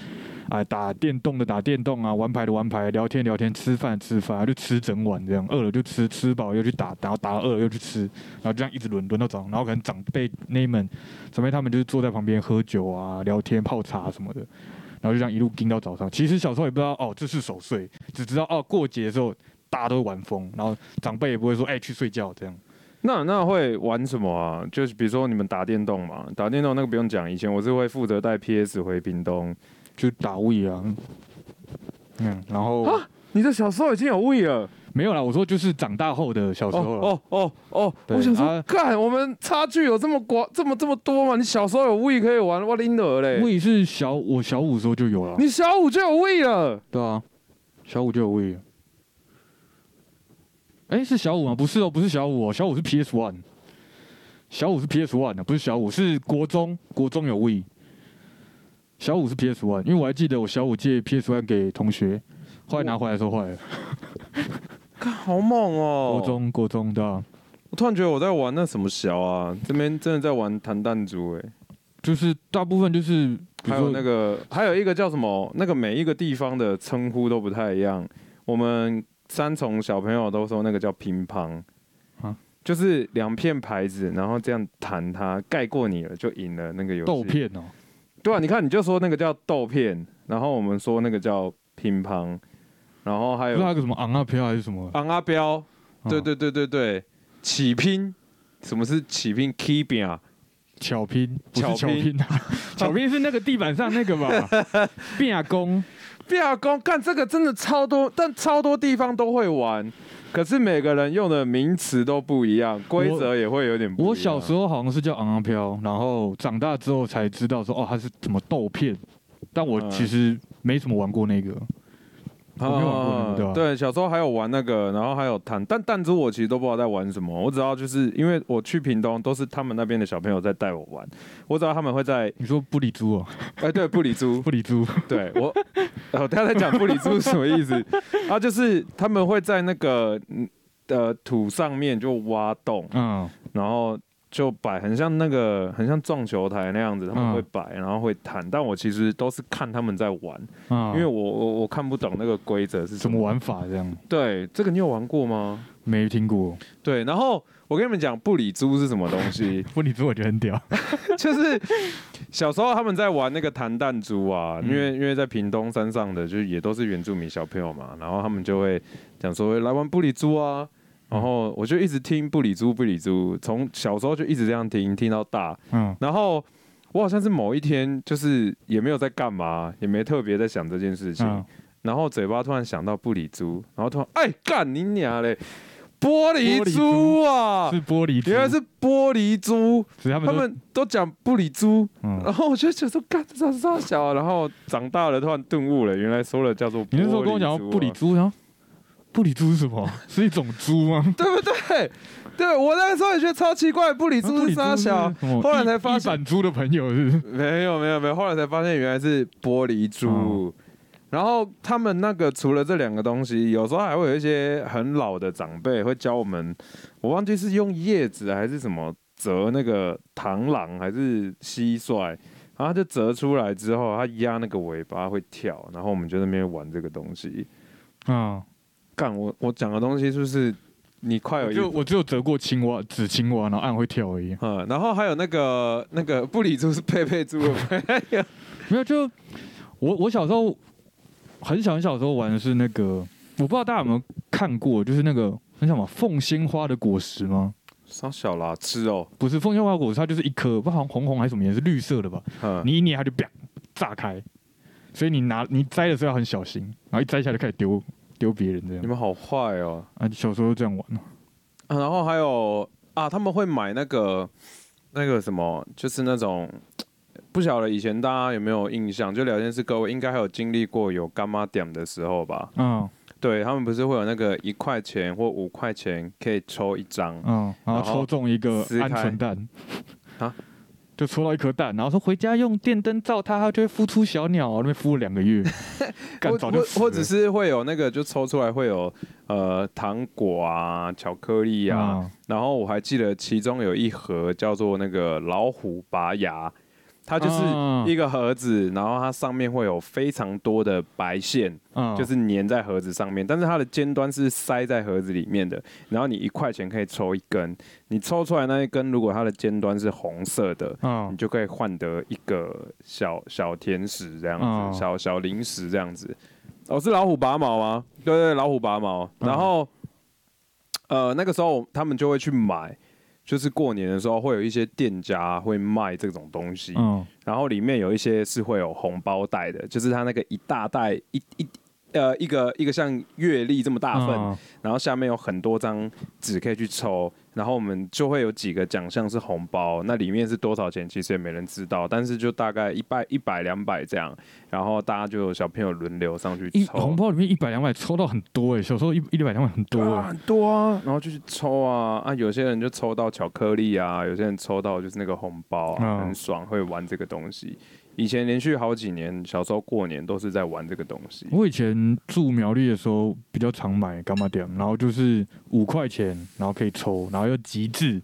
S1: 啊、打电动的打电动啊，玩牌的玩牌，聊天聊天，吃饭吃饭，就吃整晚这样，饿了就吃，吃饱又去打，然后打饿了又去吃，然后这样一直轮轮到早上，然后可能长辈那们长辈他们就是坐在旁边喝酒啊、聊天、泡茶什么的。然后就这样一路盯到早上。其实小时候也不知道哦，这是守岁，只知道哦过节的时候大家都玩疯，然后长辈也不会说哎、去睡觉这样。
S2: 那那会玩什么啊？就是比如说你们打电动嘛，打电动那个不用讲，以前我是会负责带 PS 回屏东。
S1: 就打 w 啊，嗯，然后
S2: 啊你的小时候已经有胃了。
S1: 没有啦，我说就是长大后的小时候了，
S2: 哦哦哦哦！
S1: 对
S2: 我想说
S1: 啊，
S2: 干、我们差距有这么广，这么这么多吗？你小时候有 We 可以玩，我拎了嘞。
S1: w
S2: 啊
S1: 是小我小五的时候就有了，
S2: 你小五就有 We 了，
S1: 对啊，小五就有 w 哎、是小五吗？不是哦，不是小五哦，小五是 PS One，小五是 PS One 啊，不是小五，是国中，国中有 We，小五是 PS One，因为我还记得我小五借 PS One 给同学，后来拿回来的时候坏了，
S2: 看好猛哦、
S1: 国中国中对啊？
S2: 我突然觉得我在玩那什么小啊，这边真的在玩弹弹珠哎、
S1: 就是大部分就是，比如
S2: 还有
S1: 说
S2: 那个，还有一个叫什么？那个每一个地方的称呼都不太一样。我们三重小朋友都说那个叫乒乓
S1: 啊，
S2: 就是两片牌子，然后这样弹它，盖过你了就赢了那个游戏。
S1: 豆，片哦、
S2: 对啊，你看你就说那个叫豆片，然后我们说那个叫乒乓，然后还
S1: 不
S2: 有嗯
S1: 知道还有个什么昂啊飘还是什么，
S2: 昂阿彪，
S1: 啊
S2: 对对对对对，起拼，什么是起拼 k i b i a
S1: 巧拼，不是
S2: 巧
S1: 巧
S2: 拼
S1: 拼啊， 巧拼是那个地板上那个吧，变啊弓，
S2: 毕亚公干这个真的超多，但超多地方都会玩，可是每个人用的名词都不一样，规则也会有点不一样。
S1: 我小时候好像是叫昂昂飘，然后长大之后才知道说哦，它是什么豆片，但我
S2: 嗯
S1: 其实没怎么玩过那个。我没有玩过那个对吧
S2: 啊对，小时候还有玩那个，然后还有弹，但弹珠我其实都不知道在玩什么，我只要就是因为我去屏东都是他们那边的小朋友在带我玩，我只要他们会在
S1: 你说不理猪 哦，
S2: 哎、对不理珠，
S1: 不理猪，啊
S2: 对我，呃我刚才讲不理珠是什么意思啊？就是他们会在那个嗯呃土上面就挖洞，
S1: 嗯，
S2: 然后就摆，很像那个，很像撞球台那样子，他们
S1: 嗯
S2: 会摆，然后会弹。但我其实都是看他们在玩，
S1: 嗯
S2: 因为我我我看不懂那个规则是什
S1: 什
S2: 么。
S1: 么玩法这样
S2: 对，这个你有玩过吗？
S1: 没听过。，
S2: 对，然后我跟你们讲，不理珠是什么东西
S1: 不理猪我觉得很屌，
S2: 就是小时候他们在玩那个弹弹珠啊，
S1: 嗯
S2: 因为因为在屏东山上的，就是也都是原住民小朋友嘛，然后他们就会讲说哎来玩不理珠啊。
S1: 嗯
S2: 然后我就一直听不理珠不理珠，从小时候就一直这样听，听到大。
S1: 嗯
S2: 然后我好像是某一天，就是也没有在干嘛，也没特别在想这件事情，
S1: 嗯，
S2: 然后嘴巴突然想到不理珠，然后突然哎干你娘嘞，玻璃
S1: 玻璃
S2: 珠啊！
S1: 是玻璃猪，
S2: 原来是玻璃珠，
S1: 只是他们
S2: 他
S1: 都
S2: 们都讲不理珠，然
S1: 嗯，
S2: 后我就觉得说干这啥小啊，然后长大了突然顿悟了，原来说了叫做
S1: 你那时候跟我讲到不理
S2: 珠
S1: 猪，然后不理猪是什 么？是一种猪吗？
S2: 啊，对不对？对我那时候也觉得超奇怪，
S1: 啊
S2: 不理珠是啥小，
S1: 什么
S2: 后来才发
S1: 一
S2: 现
S1: 版猪的朋友是不是
S2: 没有没有没有，后来才发现原来是玻璃珠。然后他们那个除了这两个东西，有时候还会有一些很老的长辈会教我们，我忘记是用叶子还是什么折那个螳螂还是蟋蟀，然后它就折出来之后，它压那个尾巴会跳，然后我们就在那边玩这个东西。
S1: 嗯，
S2: 干我我讲的东西是不是你快有
S1: 我
S2: 一
S1: 就我只有折过青蛙，纸青蛙，然后按会跳而已。
S2: 嗯，然后还有那个那个不理猪是佩佩猪的朋友，
S1: 没有，就我我小时候很小很小的时候玩的是那个，我不知道大家有没有看过，就是那个那叫什么凤仙花的果实吗？
S2: 啥小啦吃哦，
S1: 不是凤仙花的果实，它就是一颗，不知道好像红红还是什么颜色，是绿色的吧？
S2: 嗯，
S1: 你一捏它就啪炸开，所以你拿你摘的时候要很小心，然后一摘下来就开始丢丢别人这
S2: 你
S1: 样。
S2: 们好坏哦、
S1: 啊，小时候就这样玩，
S2: 啊然后还有啊，他们会买那个那个什么，就是那种不晓得以前大家有没有印象？就聊天室各位应该还有经历过有干妈点的时候吧？
S1: 嗯
S2: 对他们不是会有那个一块钱或五块钱可以抽一张？
S1: 嗯，然后
S2: 然后
S1: 抽中一个
S2: 撕开
S1: 鹌鹑蛋，
S2: 啊，
S1: 就抽到一颗蛋，然后说回家用电灯照它，它就会孵出小鸟，那边孵了两个 月， 干
S2: 或
S1: 早就
S2: 或
S1: 死
S2: 或
S1: 了
S2: 者是会有那个，就抽出来会有呃糖果啊、巧克力啊，
S1: 嗯
S2: 然后我还记得其中有一盒叫做那个老虎拔牙，它就是一个盒子，然后它上面会有非常多的白线，
S1: 嗯，
S2: 就是粘在盒子上面，但是它的尖端是塞在盒子里面的。然后你一块钱可以抽一根，你抽出来那一根，如果它的尖端是红色的。你
S1: 嗯
S2: 就可以换得一个小小甜食这样子，
S1: 嗯
S2: 小小零食这样子。哦，是老虎拔毛吗？对对，老虎拔毛。
S1: 嗯
S2: 然后，呃，那个时候他们就会去买，就是过年的时候会有一些店家会卖这种东西，
S1: 嗯
S2: 然后里面有一些是会有红包袋的，就是它那个一大袋一一呃一个一个像月历这么大份，
S1: 嗯
S2: 然后下面有很多张纸可以去抽，然后我们就会有几个奖项是红包，那里面是多少钱其实也没人知道，但是就大概一百一百两百这样，然后大家就有小朋友轮流上去
S1: 一
S2: 抽
S1: 红包里面一百两百抽到很多哎、小时候一一百两百很多
S2: 对
S1: 哎、
S2: 啊，很多啊，然后就去抽啊啊，有些人就抽到巧克力啊，有些人抽到就是那个红包啊，
S1: 嗯
S2: 很爽，会玩这个东西。以前连续好几年，小时候过年都是在玩这个东西。
S1: 我以前住苗栗的时候比较常买干嘛点，然后就是五块钱，然后可以抽，然后又集字，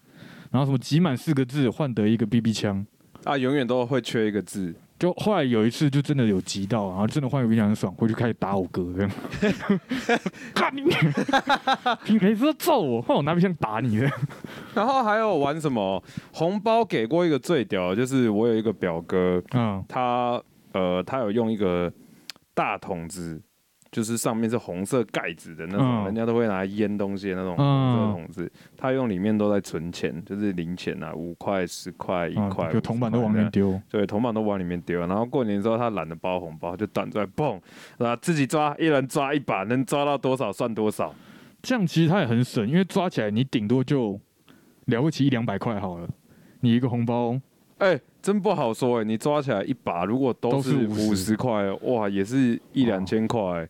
S1: 然后什么集满四个字换得一个 BB 枪。
S2: 啊，永远都会缺一个字，
S1: 就后来有一次就真的有集到，然后真的换个冰箱很爽，回去开始打我哥 这样，干你！你每次都揍我，换我拿冰箱打你 的。
S2: 然后还有玩什么红包给过一个最屌的，就是我有一个表哥，
S1: 嗯
S2: 他呃他有用一个大桶子，就是上面是红色盖子的那种，
S1: 嗯
S2: 人家都会拿来腌东西的那种
S1: 嗯
S2: 红色桶子，他用里面都在存钱，就是零钱啊，五块、十块、一
S1: 嗯
S2: 块，
S1: 就铜板都往
S2: 里
S1: 里
S2: 面
S1: 面，丢。
S2: 对，铜板都往里面丢。啊然后过年之后他懒得包红包，就短出来蹦，然后自己抓，一人抓一把，能抓到多少算多少。
S1: 这样其实他也很省，因为抓起来你顶多就了不起一两百块好了，你一个红包
S2: 哎、真不好说哎、你抓起来一把，如果都
S1: 都是
S2: 是
S1: 50
S2: 五十块，哇，也是一两千块、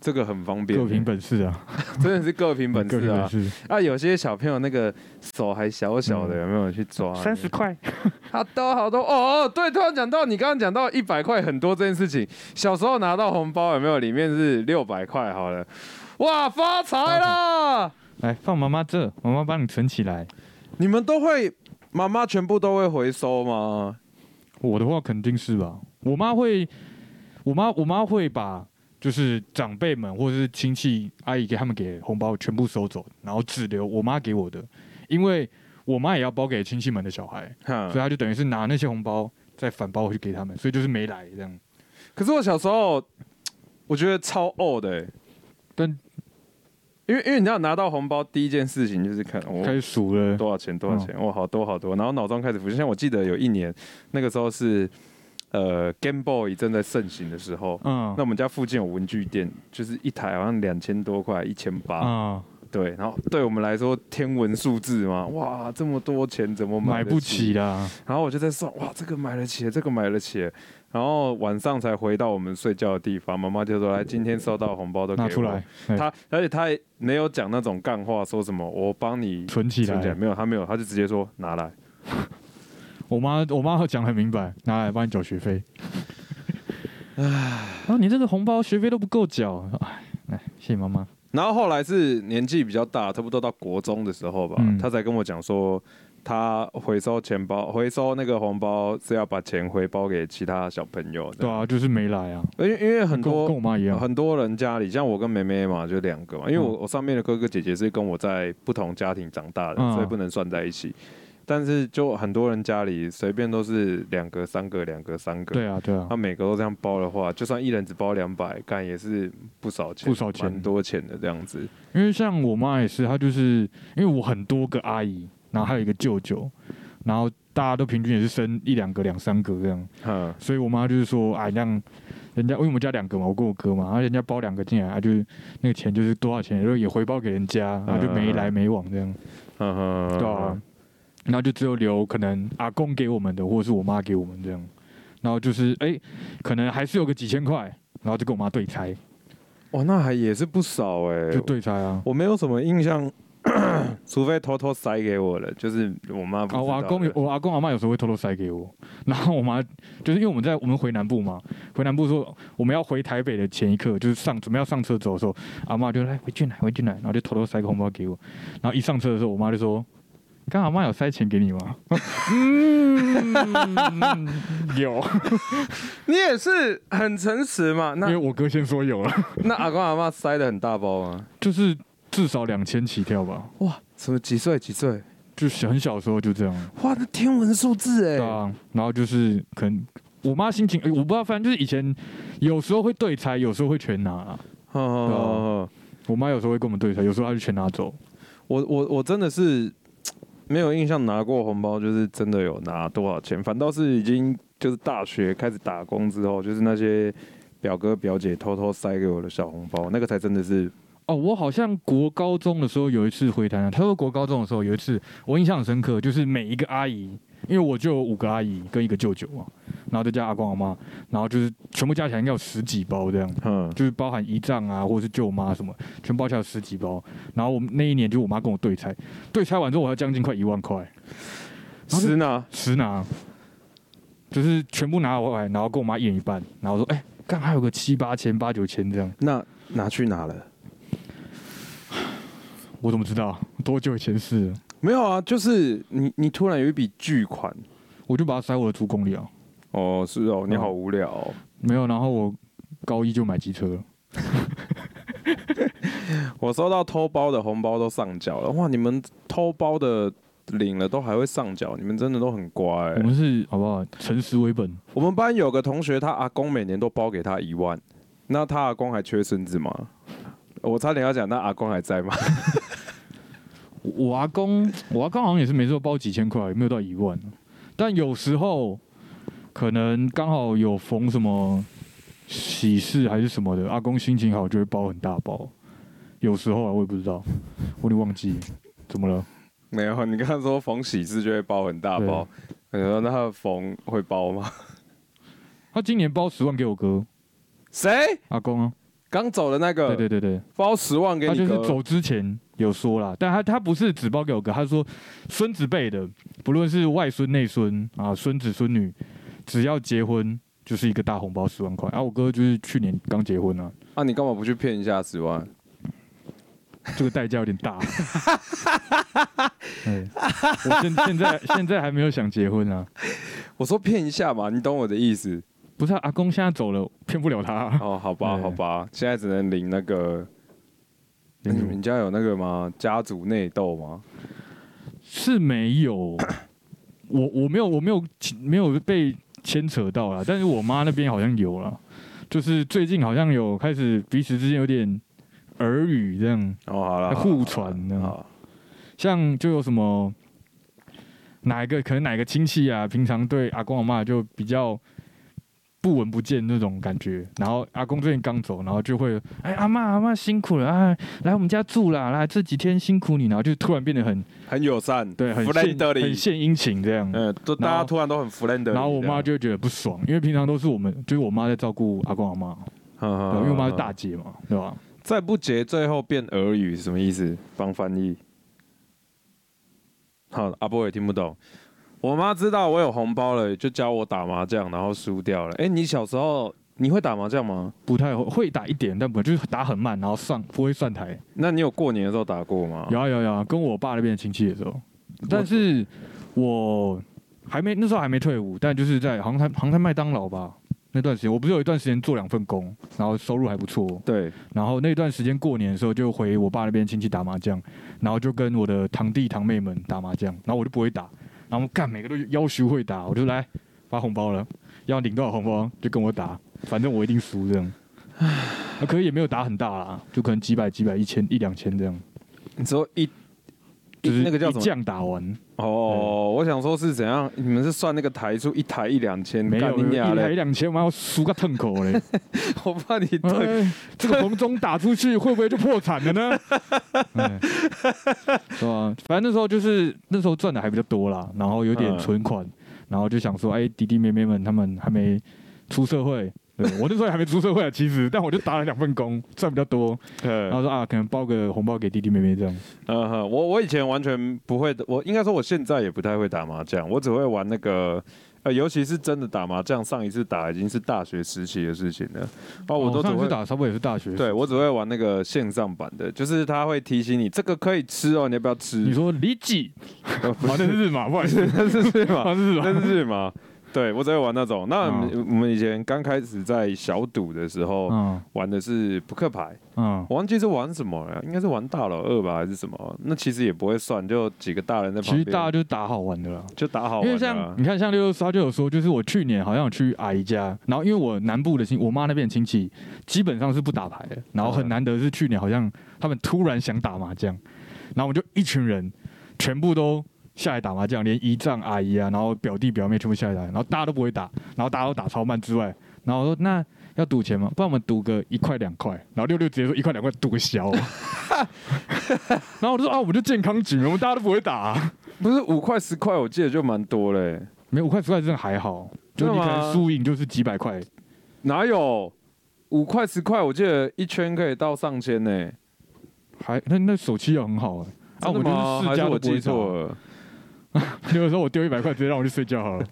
S2: 这个很方便、
S1: 各凭本事啊，
S2: 真的是各凭本
S1: 各
S2: 事
S1: 凭
S2: 啊
S1: 本！事，
S2: 啊，有些小朋友那个手还小小的，
S1: 嗯
S2: 有没有去抓？
S1: 块，
S2: 好多好多哦哦，对，突然讲到你刚刚讲到一百块很多这件事情，小时候拿到红包有没有？里面是六百块，好了，哇，发财啦！
S1: 来放妈妈这，妈妈帮你存起来。
S2: 你们都会，妈妈全部都会回收吗？
S1: 我的话肯定是吧，我妈会，我妈我妈会把就是长辈们或者是亲戚阿姨给他们给红包全部收走，然后只留我妈给我的，因为我妈也要包给亲戚们的小孩，
S2: 哼
S1: 所以她就等于是啊拿那些红包再反包回去给他们，所以就是没来这样。
S2: 可是我小时候，我觉得超呕的、欸，
S1: 但
S2: 因为因为你知道拿到红包第一件事情就是看哦我
S1: 开始数了，
S2: 多少钱多少钱，哇，好多好多，然后脑中开始浮现。像我记得有一年，那个时候是呃 Game Boy 正在盛行的时候，
S1: 嗯
S2: 那我们家附近有文具店，就是一台好像两千多块，一千八，
S1: 啊、
S2: 对，然后对我们来说天文数字嘛，哇，这么多钱怎么
S1: 买
S2: 买得
S1: 不起啦，
S2: 然后我就在算，哇，这个买得起，这个买得起。然后晚上才回到我们睡觉的地方，妈妈就说：“来，今天收到红包都给
S1: 拿
S2: 我。”
S1: 出来，哎
S2: 她而且她也没有讲那种干话，说什么我帮你
S1: 存起
S2: 存起来，
S1: 来。
S2: 没有，她没有，她就直接说拿来。
S1: 我妈我妈讲很明白，拿来帮你缴学费。唉，然后你这个红包学费都不够缴，哎，来谢谢妈妈。
S2: 然后后来是年纪比较大，差不多到国中的时候吧，
S1: 嗯
S2: 她才跟我讲说，她回收钱包，回收那个红包是要把钱回包给其他小朋友的。
S1: 对啊，就是没来啊，
S2: 因为因为很
S1: 跟我
S2: 多
S1: 跟我妈一样。嗯
S2: 很多人家里，像我跟妹妹嘛，就两个嘛，因为我、我上面的哥哥姐姐是跟我在不同家庭长大的，
S1: 嗯
S2: 所以不能算在一起。但是就很多人家里随便都是两个、三个、两个、三个，
S1: 对啊，对啊
S2: 他、，每个都这样包的话，就算一人只包两百，干也是不少钱，
S1: 不少钱
S2: 蛮多钱的这 样子。
S1: 因为像我妈也是，她就是因为我很多个阿姨，然后还有一个舅舅，然后大家都平均也是生一两个、两三个这样，
S2: 嗯，
S1: 所以我妈就是说，哎，那样人家因为我们家两个嘛，我跟我哥嘛，然后人家包两个进来，啊，就是那个钱就是多少钱，然后也回报给人家，然后就没来没往这样，
S2: 嗯哼
S1: 对啊，，然后就只有留可能阿公给我们的，或者是我妈给我们这样，然后就是哎、可能还是有个几千块，然后就跟我妈对拆，
S2: 哇，那还也是不少哎、
S1: 就对拆啊。
S2: 我没有什么印象， 除非偷偷塞给我了，就是我妈不知
S1: 啊，
S2: 道
S1: 我阿公有
S2: 的
S1: 我阿公阿妈有时候会偷偷塞给我，然后我妈就是因为我们在我们回南部嘛，回南部说我们要回台北的前一刻，就是上准备要上车走的时候，阿妈就来回进来回进来，然后就偷偷塞个红包给我，然后一上车的时候，我妈就说：“刚阿妈有塞钱给你吗？” 嗯，有，
S2: 你也是很诚实嘛？
S1: 因
S2: 那
S1: 为我哥先说有了，
S2: 那阿公阿妈塞的很大包吗？
S1: 就是至少两千起跳吧，
S2: 哇，什么几岁几岁？
S1: 就是很小的时候就这样，
S2: 哇，那天文数字哎、
S1: 对啊，然后就是可能。我妈心情，呃我不知道，反正就是以前有时候会对拆，有时候会全拿啦。
S2: 哦哦
S1: 啊
S2: 哦哦
S1: 我妈有时候会跟我们对拆，有时候她就全拿走。
S2: 我我我真的是没有印象拿过红包，就是真的有拿多少钱，反倒是已经就是大学开始打工之后，就是那些表哥表姐偷偷塞给我的小红包，那个才真的是
S1: 哦，我好像国高中的时候有一次回台南，他说国高中的时候有一次，我印象很深刻，就是每一个阿姨，因为我就有五个阿姨跟一个舅舅嘛，然后再加阿公阿妈，然后就是全部加起来应该有十几包这样，
S2: 嗯
S1: 就是包含姨丈啊或者是舅妈什么，全包起来有十几包。然后我们那一年就我妈跟我对拆，对拆完之后我要将近快一万块，然后就
S2: 吃呢。
S1: 十拿，就是全部拿回来，然后跟我妈验一半，然后说哎，刚、还有个七八千八九千这样，
S2: 那拿去哪了？
S1: 我怎么知道多久以前事了？
S2: 没有啊，就是你你突然有一笔巨款
S1: 我就把它塞我的竹筐里啊。
S2: 哦，是哦，你
S1: 嗯
S2: 好无聊、哦。
S1: 没有，然后我高一就买机车了。
S2: 我收到偷包的红包都上缴了，哇！你们偷包的领了都还会上缴，你们真的都很乖、欸
S1: 我们是好不好？诚实为本。
S2: 我们班有个同学，他阿公每年都包给他一万，那他阿公还缺孙子吗？我差点要讲，那阿公还在 吗？
S1: 我我阿公，我阿公好像也是每次都包几千块，没有到一万。但有时候可能刚好有逢什么喜事还是什么的，阿公心情好就会包很大包。有时候啊，我也不知道，我有点忘记怎么了。
S2: 没有，你刚刚说逢喜事就会包很大包，你说那他逢会包 吗？
S1: 他今年包十万给我哥，
S2: 谁？
S1: 阿公啊，
S2: 刚走的那个，
S1: 对对对对，
S2: 包十万给
S1: 他
S2: 你
S1: 就是
S2: 哥，
S1: 走之前有说啦，但他他不是只包给我哥，他说孙子辈的，不论是外孙内孙啊，孙子孙女，只要结婚就是一个大红包十万块。啊，我哥就是去年刚结婚啊，
S2: 啊，你干嘛不去骗一下十万？
S1: 这个代价有点 大。对我现现在现在还没有想结婚啊，
S2: 我说骗一下嘛，你懂我的意思。
S1: 不是、啊、阿公现在走了，骗不了他、啊。
S2: 哦，好吧，
S1: 对
S2: 好吧，现在只能领那个。那你们家有那个吗？家族内斗吗？
S1: 是没有，我我没有我没有没有被牵扯到啦，但是我妈那边好像有啦，就是最近好像有开始彼此之间有点耳语这样，
S2: 哦，好了，
S1: 还互传呢
S2: 啊，
S1: 像就有什么哪一个可能哪个亲戚啊，平常对阿公阿妈就比较。不闻不见那种感觉，然后阿公最近刚走，然后就会，哎，阿妈阿妈辛苦了啊，来我们家住啦，来这几天辛苦你，然后就突然变得很
S2: 很友善，
S1: 对很献很
S2: friendly，
S1: 献殷勤这样，
S2: 嗯，都
S1: 然
S2: 大家
S1: 后
S2: 突然都很 friendly。
S1: 然后我妈
S2: 这样，
S1: 就会觉得不爽，因为平常都是我们，就是我妈在照顾阿公阿妈，
S2: 嗯
S1: 对
S2: 嗯
S1: 吧因为我妈是
S2: 嗯
S1: 大姐嘛，对吧？
S2: 再不结，最后变俄语，什么意思？帮翻译。好，阿波也听不懂。我妈知道我有红包了，就教我打麻将，然后输掉了。哎、你小时候你会打麻将吗？
S1: 不太会会打一点，但不就是打很慢，然后上不会算台。
S2: 那你有过年的时候打过吗？
S1: 有啊有啊有啊，跟我爸那边的亲戚的时候，但是我还没那时候还没退伍，但就是在航太航太麦当劳吧那段时间，我不是有一段时间做两份工，然后收入还不错，哦
S2: 对，
S1: 然后那段时间过年的时候就回我爸那边亲戚打麻将，然后就跟我的堂弟堂妹们打麻将，然后我就不会打，然后干每个都要求会打，我就来发红包了，要领多少红包就跟我打，反正我一定输这样。啊，可是也没有打很大啦，就可能几百、几百、一千、一两千这样，
S2: 你说一，一
S1: 就是
S2: 那个叫
S1: 一
S2: 什么？
S1: 将打完，嗯
S2: 哦，我想说是怎样？你们是算那个台数一台一两千？
S1: 没有
S2: 干你
S1: 一
S2: 娘
S1: 台一
S2: 嘞！
S1: 两千，我要输个痛口嘞！
S2: 我 怕你对，
S1: 哎这个红中打出去会不会就破产了呢？ 哎对吧？反正那时候就是那时候赚的还比较多啦，然后有点
S2: 嗯
S1: 存款，然后就想说，哎、弟弟妹妹们他们还没出社会，对我那时候也还没出社会啊，其实，但我就打了两份工， 赚比较多，然后
S2: 嗯
S1: 说啊，可能包个红包给弟弟妹妹这样。
S2: 嗯哼，我我以前完全不会，我应该说我现在也不太会打麻将，我只会玩那个。呃，尤其是真的打麻将，上一次打已经是大学时期的事情了。哦，我都只
S1: 上
S2: 会
S1: 次，打差不多也是大学，
S2: 对，我只会玩那个线上版的，就是他会提醒你这个可以吃哦，你要不要吃？
S1: 你说李 几？
S2: 呃
S1: 啊，那是日马，不好意思，
S2: 那是是吗？
S1: 啊，是啊日马
S2: 那是日麻，对我只会玩那种。那我们、我们以前刚开始在小赌的时候，
S1: 嗯
S2: 玩的是扑克牌，
S1: 嗯，
S2: 我忘记是玩什么了，应该是玩大老二吧，还是什么？那其实也不会算，就几个大人在旁
S1: 其实
S2: 边，
S1: 大家就打好玩的啦。
S2: 就打好
S1: 因
S2: 玩、
S1: 为
S2: 啊。
S1: 像你看，像六六四他就有说，就是我去年好像有去阿姨家，然后因为我南部的亲，我妈那边的亲戚基本上是不打牌的，然后很难得是去年好像他们突然想打麻将，然后我们就一群人全部都下来打麻将，连姨丈阿姨啊，然后表弟表妹全部下来打，然后大家都不会打，然后大家都打超慢之外，然后我说那要赌钱吗？不然我们赌个一块两块。”然后六六直接说：“一块两块赌个小。”然后我就说：“啊，我们就健康局，我们大家都不会打、啊，
S2: 不是五块十块，我记得就蛮多嘞、
S1: 没有五块十块真的还好，就
S2: 真
S1: 你
S2: 的
S1: 可
S2: 吗
S1: 能输赢就是几百块。
S2: 哪有五块十块？我记得一圈可以到上千呢、
S1: 还那那手气要很好哎、啊，我
S2: 真
S1: 就
S2: 的吗
S1: 是
S2: 还
S1: 世
S2: 是
S1: 家
S2: 我
S1: 都不
S2: 记
S1: 会打
S2: 错了。
S1: 有的时候我丢一百块，直接让我去睡觉 好了。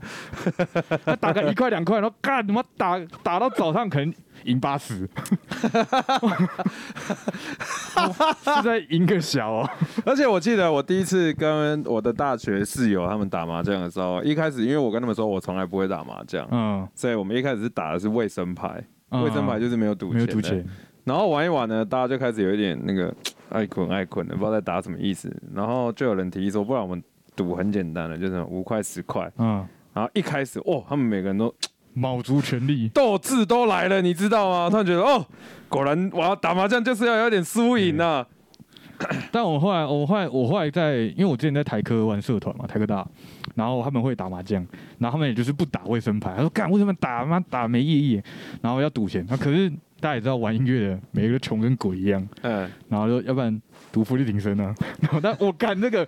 S1: 他打个一块两块，然后干他妈打打到早上可能赢八 十， 是在赢个小啊。
S2: 而且我记得我第一次跟我的大学室友他们打麻将的时候，一开始因为我跟他们说我从来不会打麻将，
S1: 嗯，
S2: 所以我们一开始是打的是卫生牌，
S1: 嗯
S2: 卫生牌就是没有赌
S1: 没有
S2: 钱，
S1: 赌。钱，
S2: 然后玩一玩呢，大家就开始有一点那个爱捆爱捆的，不知道在打什么意思。然后就有人提议说，不然我们赌很简单的，就是五块十块。
S1: 嗯，
S2: 然后一开始哦，他们每个人都。
S1: 卯足全力
S2: 斗志都来了，你知道吗？突然觉得哦，果然我要打麻将就是要有点输赢啊。
S1: 但我后来，我后来，我后来在，因为我之前在台科玩社团嘛，台科大，然后他们会打麻将，然后他们也就是不打卫生牌，他说干为什么打妈打没意义，然后要赌钱。那可是大家也知道玩音乐的，每个都穷跟鬼一样。
S2: 嗯，
S1: 然后就要不然读福利挺身啊， 然后但我干那个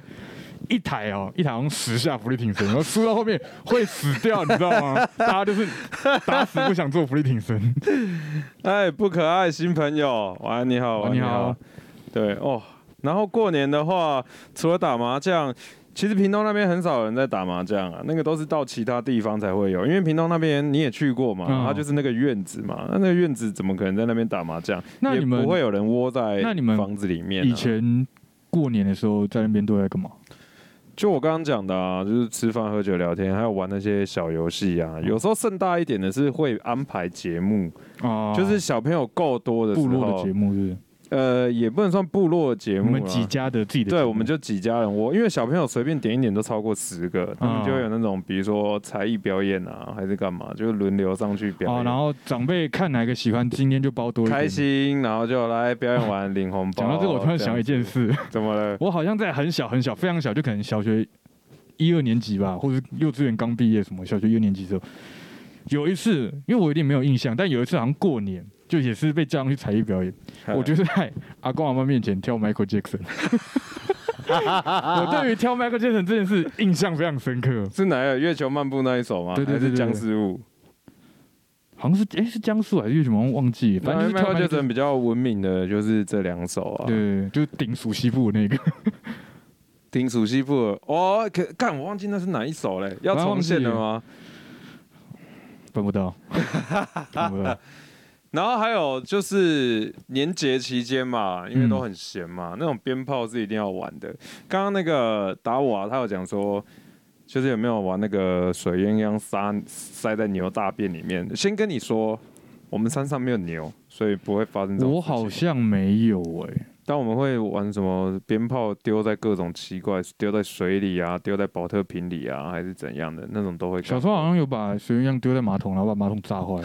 S1: 一台哦，一台好像十下福利挺身，然后输到后面会死掉，你知道吗？大家就是打死不想做福利挺身。
S2: 哎，不可爱新朋友，晚安你好，晚安
S1: 你
S2: 你
S1: 好
S2: 好。，对哦，然后过年的话，除了打麻将，其实屏东那边很少人在打麻将啊，那个都是到其他地方才会有，因为屏东那边你也去过嘛，
S1: 嗯
S2: 它就是那个院子嘛，那那个院子怎么可能在那边打麻将？
S1: 那你们
S2: 也不会有人窝在
S1: 那你们
S2: 房子里面、啊。
S1: 以前过年的时候在那边都在干嘛？
S2: 就我刚刚讲的啊，就是吃饭、喝酒、聊天，还有玩那些小游戏
S1: 嗯
S2: 啊。有时候盛大一点的是会安排节目，
S1: 啊，
S2: 就是小朋友够多的时候，
S1: 部落的节目，是不是？
S2: 呃，也不能算部落的节
S1: 你
S2: 目
S1: 们
S2: 啦
S1: 几家的自己的节目？
S2: 对，我们就几家人，我因为小朋友随便点一点都超过十
S1: 嗯
S2: 个，他们就会有那种，比如说才艺表演啊，还是干嘛，就是轮流上去表演，
S1: 哦，然后长辈看哪个喜欢，今天就包多一点
S2: 开。心，然后就来表演完领红 包。
S1: 讲到这个，我突然想一件
S2: 这样子，
S1: 事，
S2: 怎么 了？
S1: 我好像在很小很小，非常小，就可能小学一二年级吧，或者幼稚园刚毕业什么，小学一二年级的时候，有一次，因为我有点没有印象，但有一次好像过年，就也是被叫上去才艺表演，
S2: 嗯
S1: 我就是在阿公阿妈面前跳 Michael Jackson。我对于跳 Michael Jackson 这件事印象非常深刻，
S2: 是哪个月球漫步那一首吗？
S1: 对对对
S2: 还是
S1: 对对
S2: 僵尸舞？
S1: 好像是哎、是江苏还是什么忘记，反
S2: 反
S1: 正
S2: 正
S1: 就是跳 Michael
S2: Michael
S1: Jackson，
S2: Jackson 比较文明的就是这两首啊。
S1: 对，就是顶属西部那个，
S2: 听属西部的哦，可干我忘记那是哪一首嘞？要
S1: 我还忘
S2: 重现
S1: 记
S2: 了
S1: 了
S2: 吗？
S1: 办不到，办不到，
S2: 然后还有就是年节期间嘛，因为都很闲
S1: 嗯
S2: 嘛，那种鞭炮是一定要玩的。刚刚那个达瓦他有讲说，就是有没有玩那个水鸳鸯撒塞在牛大便里面？先跟你说，我们山上没有牛，所以不会发生这种事情。
S1: 我好像没有哎、
S2: 但我们会玩什么鞭炮丢在各种奇怪，丢在水里啊，丢在保特瓶里啊，还是怎样的那种都会干。
S1: 小时候啊好像有把水鸳鸯丢在马桶，然后把马桶炸坏。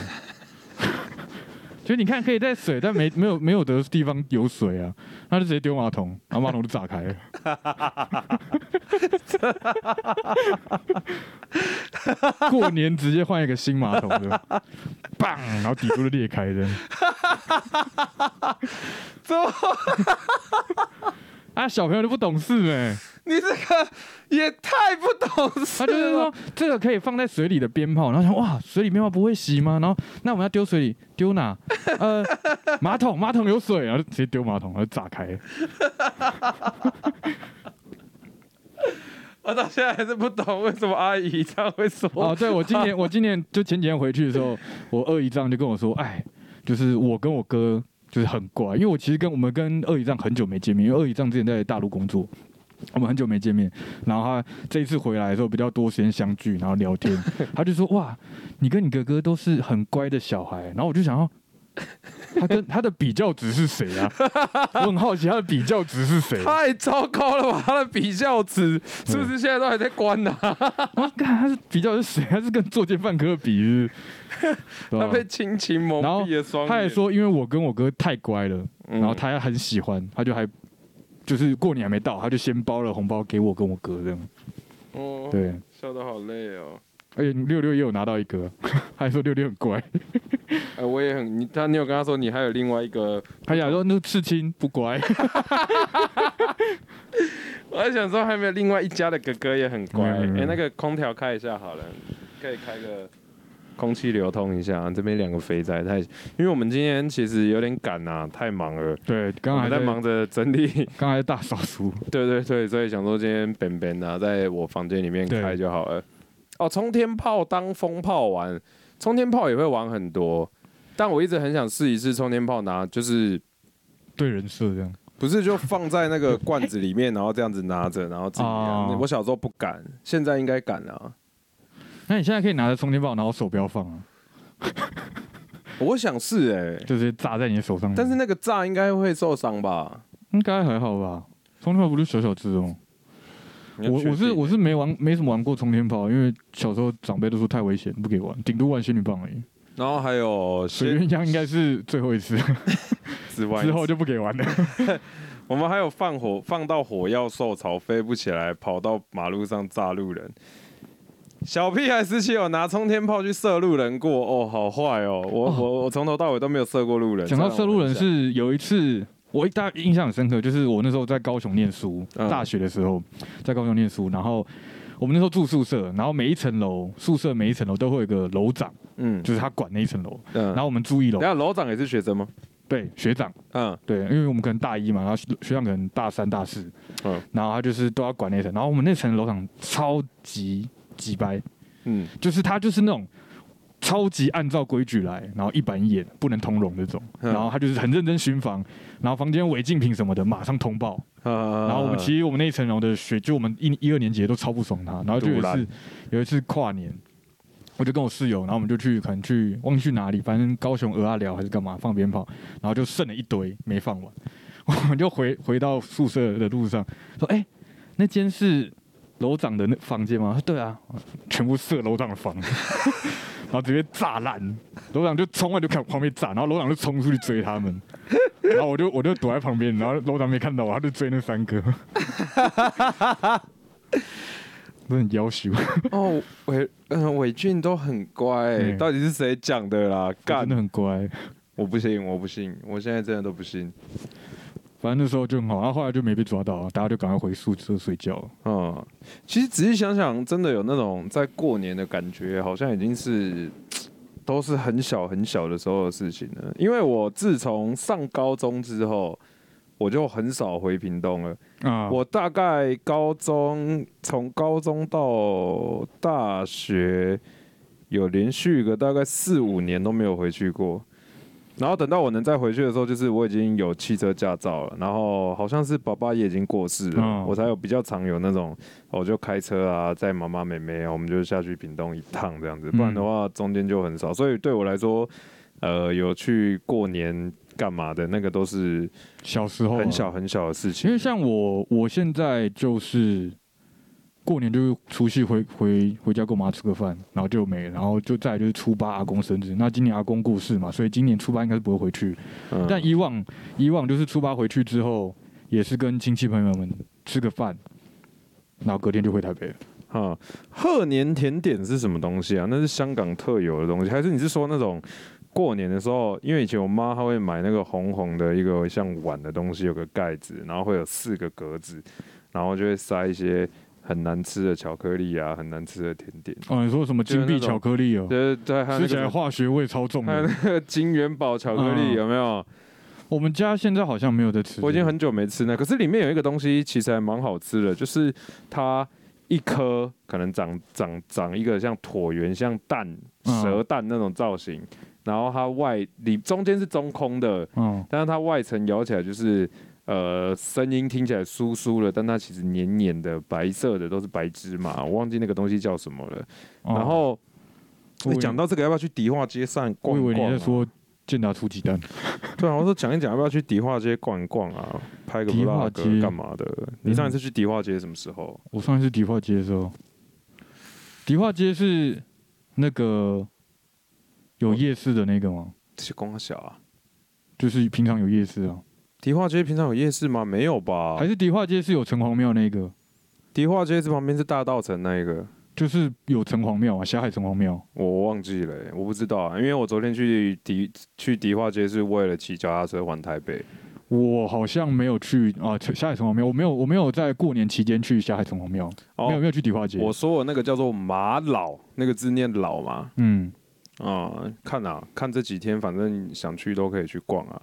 S1: 就你看，可以在水，但没没有没有的地方有水啊，他就直接丢马桶，然后马桶就炸开了。过年直接换一个新马桶的，棒，然后底部就裂开的。啊，小朋友就不懂事哎、
S2: 你这个也太不懂事
S1: 他就是
S2: 了
S1: 说。这个可以放在水里的鞭炮，然后想哇，水里鞭炮不会洗吗？然后那我们要丢水里，丢哪？呃，马桶，马桶有水，然后就直接丢马桶，然后炸开。
S2: 我到现在还是不懂为什么阿姨这样会说。
S1: 哦，对我今年我今年就前几天回去的时候，我二姨丈就跟我说，哎，就是我跟我哥就是很怪，因为我其实跟我们跟二姨丈很久没见面，因为二姨丈之前在大陆工作。我们很久没见面，然后他这一次回来的时候比较多时间相聚，然后聊 天，他就说：“哇，你跟你哥哥都是很乖的小孩。”然后我就想要，他跟他的比较值是谁啊？我很好奇他的比较值是谁、啊。
S2: 太糟糕了吧！他的比较值是
S1: 嗯
S2: 不是现在都还在关呢、
S1: 我看他是比较是谁？他是跟作奸犯科比是不 是对吧
S2: 他被亲情蒙
S1: 然后
S2: 蔽了双眼。
S1: 他也，说，因为我跟我哥太乖了，
S2: 嗯
S1: 然后他很喜欢，他就还就是过年还没到，他就先包了红包给我跟我哥这样。
S2: 哦，
S1: 对，
S2: 笑得好累哦。
S1: 而且六六也有拿到一个，他还说六六很乖。
S2: 呃，我也很你他，你有跟他说你还有另外一个，
S1: 他想说那刺青不乖，
S2: 我还想说还没有另外一家的哥哥也很乖。哎、
S1: 嗯
S2: 那个空调开一下好了，可以开个空气流通一下。这边两个肥仔太，因为我们今天其实有点赶啊，太忙了，
S1: 对，刚
S2: 我
S1: 才
S2: 们在忙，着整理。
S1: 刚才大扫除，
S2: 对对对，所以想说今天本本啊，在我房间里面
S1: 对
S2: 开就好了。哦，冲天炮当风炮玩，冲天炮也会玩很多，但我一直很想试一试冲天炮拿，就是
S1: 对人设这样，
S2: 不是就放在那个罐子里面，然后这样子拿着，然后自己玩。
S1: 哦
S2: 我小时候不敢，现在应该敢啊了、
S1: 那你现在可以拿着充电宝，然后手不要放啊，
S2: 我想试哎、
S1: 就直接炸在你的手上面，
S2: 但是那个炸应该会受伤吧？
S1: 应该还好吧？充电宝不是小小只哦，我我是我是没玩没什么玩过冲天炮，因为小时候长辈都说太危险，不给玩，顶多玩仙女棒而已。
S2: 然后还有
S1: 水
S2: 先
S1: 鸳鸯应该是最后一次，
S2: 之外
S1: 之后就不给玩了。
S2: 我们还有放火放到火药受潮飞不起来，跑到马路上炸路人。小屁孩时期有拿冲天炮去射路人过，哦，好坏哦！我、
S1: 哦
S2: 我我从头到尾都没有射过路人。
S1: 讲到射路人
S2: 虽然
S1: 是有一次，我一大印象很深刻，就是我那时候在高雄念书，
S2: 嗯
S1: 大学的时候在高雄念书，然后我们那时候住宿舍，然后每一层楼宿舍每一层楼都会有一个楼长，
S2: 我很像，嗯
S1: 就是他管那一层楼，
S2: 嗯，
S1: 然后我们住一楼
S2: 等一，下楼长也是学生吗？
S1: 对学长，
S2: 嗯
S1: 对，因为我们可能大一嘛，然后学学长可能大三大四，
S2: 嗯
S1: 然后他就是都要管那层，然后我们那层楼长超级鸡掰，
S2: 嗯，
S1: 就是他就是那种超级按照规矩来，然后一板一眼，不能通融那种。
S2: 嗯
S1: 然后他就是很认真巡房，然后房间违禁品什么的马上通报。
S2: 然
S1: 然后我们其实我们那一层楼的学，就我们一一二年级的都超不爽他。然后就有一
S2: 杜兰
S1: 次有一次跨年，我就跟我室友，然后我们就去可能去忘记去哪里，反正高雄鹅啊寮还是干嘛放鞭炮，然后就剩了一堆没放完。 我们就回回到宿舍的路上说：“哎、那间是楼长的那房间吗？”他说：“对啊，全部射楼长的房。” 然后直接炸烂，楼长就冲过来就看旁边炸，然后楼长就冲出去追他们，然后我就我就躲在旁边，然后楼长没看到我，他就追那三个， 真的很要求，
S2: 哦伟嗯伟俊都很乖、
S1: 嗯
S2: 到底是谁讲的啦？干
S1: 真的，很乖。
S2: 我不信，我不信，我现在真的都不信。
S1: 反正那时候就很好，然啊后后来就没被抓到，大家就赶快回宿舍睡觉。
S2: 嗯，其实仔细想想，真的有那种在过年的感觉，好像已经是都是很小很小的时候的事情了。因为我自从上高中之后，我就很少回屏东了。
S1: 啊，
S2: 我大概高中从高中到大学，有连续个大概四五年都没有回去过。然后等到我能再回去的时候，就是我已经有汽车驾照了，然后好像是爸爸也已经过世了，
S1: 嗯
S2: 我才有比较常有那种，我就开车啊，载妈妈妹妹啊，我们就下去屏东一趟这样
S1: 嗯
S2: 子，不然的话中间就很少。所以对我来说，呃，有去过年干嘛的那个都是
S1: 小时候啊
S2: 很小很小的事
S1: 哦
S2: 情。
S1: 因为像我，我现在就是过年就是除夕回回回家跟我妈吃个饭，然后就没了，然后就再来就是初八阿公生日。那今年阿公过世嘛，所以今年初八应该是不会回去。
S2: 嗯
S1: 但以往以往就是初八回去之后，也是跟亲戚朋友们吃个饭，然后隔天就回台北了。
S2: 啊，贺年甜点是什么东西啊？那是香港特有的东西，还是你是说那种过年的时候？因为以前我妈她会买那个红红的一个像碗的东西，有个盖子，然后会有四个格子，然后就会塞一些很难吃的巧克力啊，很难吃的甜点。
S1: 哦，你说什么金
S2: 就是
S1: 币
S2: 那种
S1: 巧克力哦，
S2: 对对，还有那
S1: 吃起来
S2: 个
S1: 化学味超重
S2: 还有
S1: 的。
S2: 那个 金元宝巧克力
S1: 嗯
S2: 有没有？
S1: 我们家现在好像没有在吃这个。
S2: 我已经很久没吃那，可是里面有一个东西其实还蛮好吃的，就是它一颗可能长长长一个像椭圆、像蛋
S1: 嗯
S2: 蛇蛋那种造型，然后它外里中间是中空的，
S1: 嗯
S2: 但是它外层咬起来就是呃声音听起来酥酥的，但它其实黏黏的，白色的都是白芝麻，我忘记那个东西叫什么了。
S1: 哦
S2: 然后
S1: 我以
S2: 你
S1: 为
S2: 哎讲到这个，要不要去迪化街上
S1: 我
S2: 逛
S1: 以
S2: 逛、
S1: 为你
S2: 啊
S1: 在？说健达出鸡蛋。
S2: 对啊，我说讲一讲，要不要去迪化街逛一逛啊？拍个
S1: 迪化街
S2: vlog 啊干嘛的？你上一次去迪化街什么时候？
S1: 我上一次迪化街的时候，迪化街是那个有夜市的那个吗？
S2: 这些光小啊？
S1: 就是平常有夜市啊，
S2: 迪化街平常有夜市吗？没有吧
S1: 还？是迪化街是有城隍庙那个？
S2: 迪化街这旁边是大道城那一个，
S1: 就就是有城隍庙啊，霞海城隍庙。
S2: 我忘记了欸、我不知道啊，因为我昨天去迪去迪化街是为了骑脚踏车环台北。
S1: 我好像没有去啊，霞海城隍庙，我没有，我没有在过年期间去霞海城隍庙，没有没有去迪化街。
S2: 哦我说我那个叫做马老，那个字念老嘛，
S1: 嗯，
S2: 啊、看啊，看这几天，反正想去都可以去逛啊。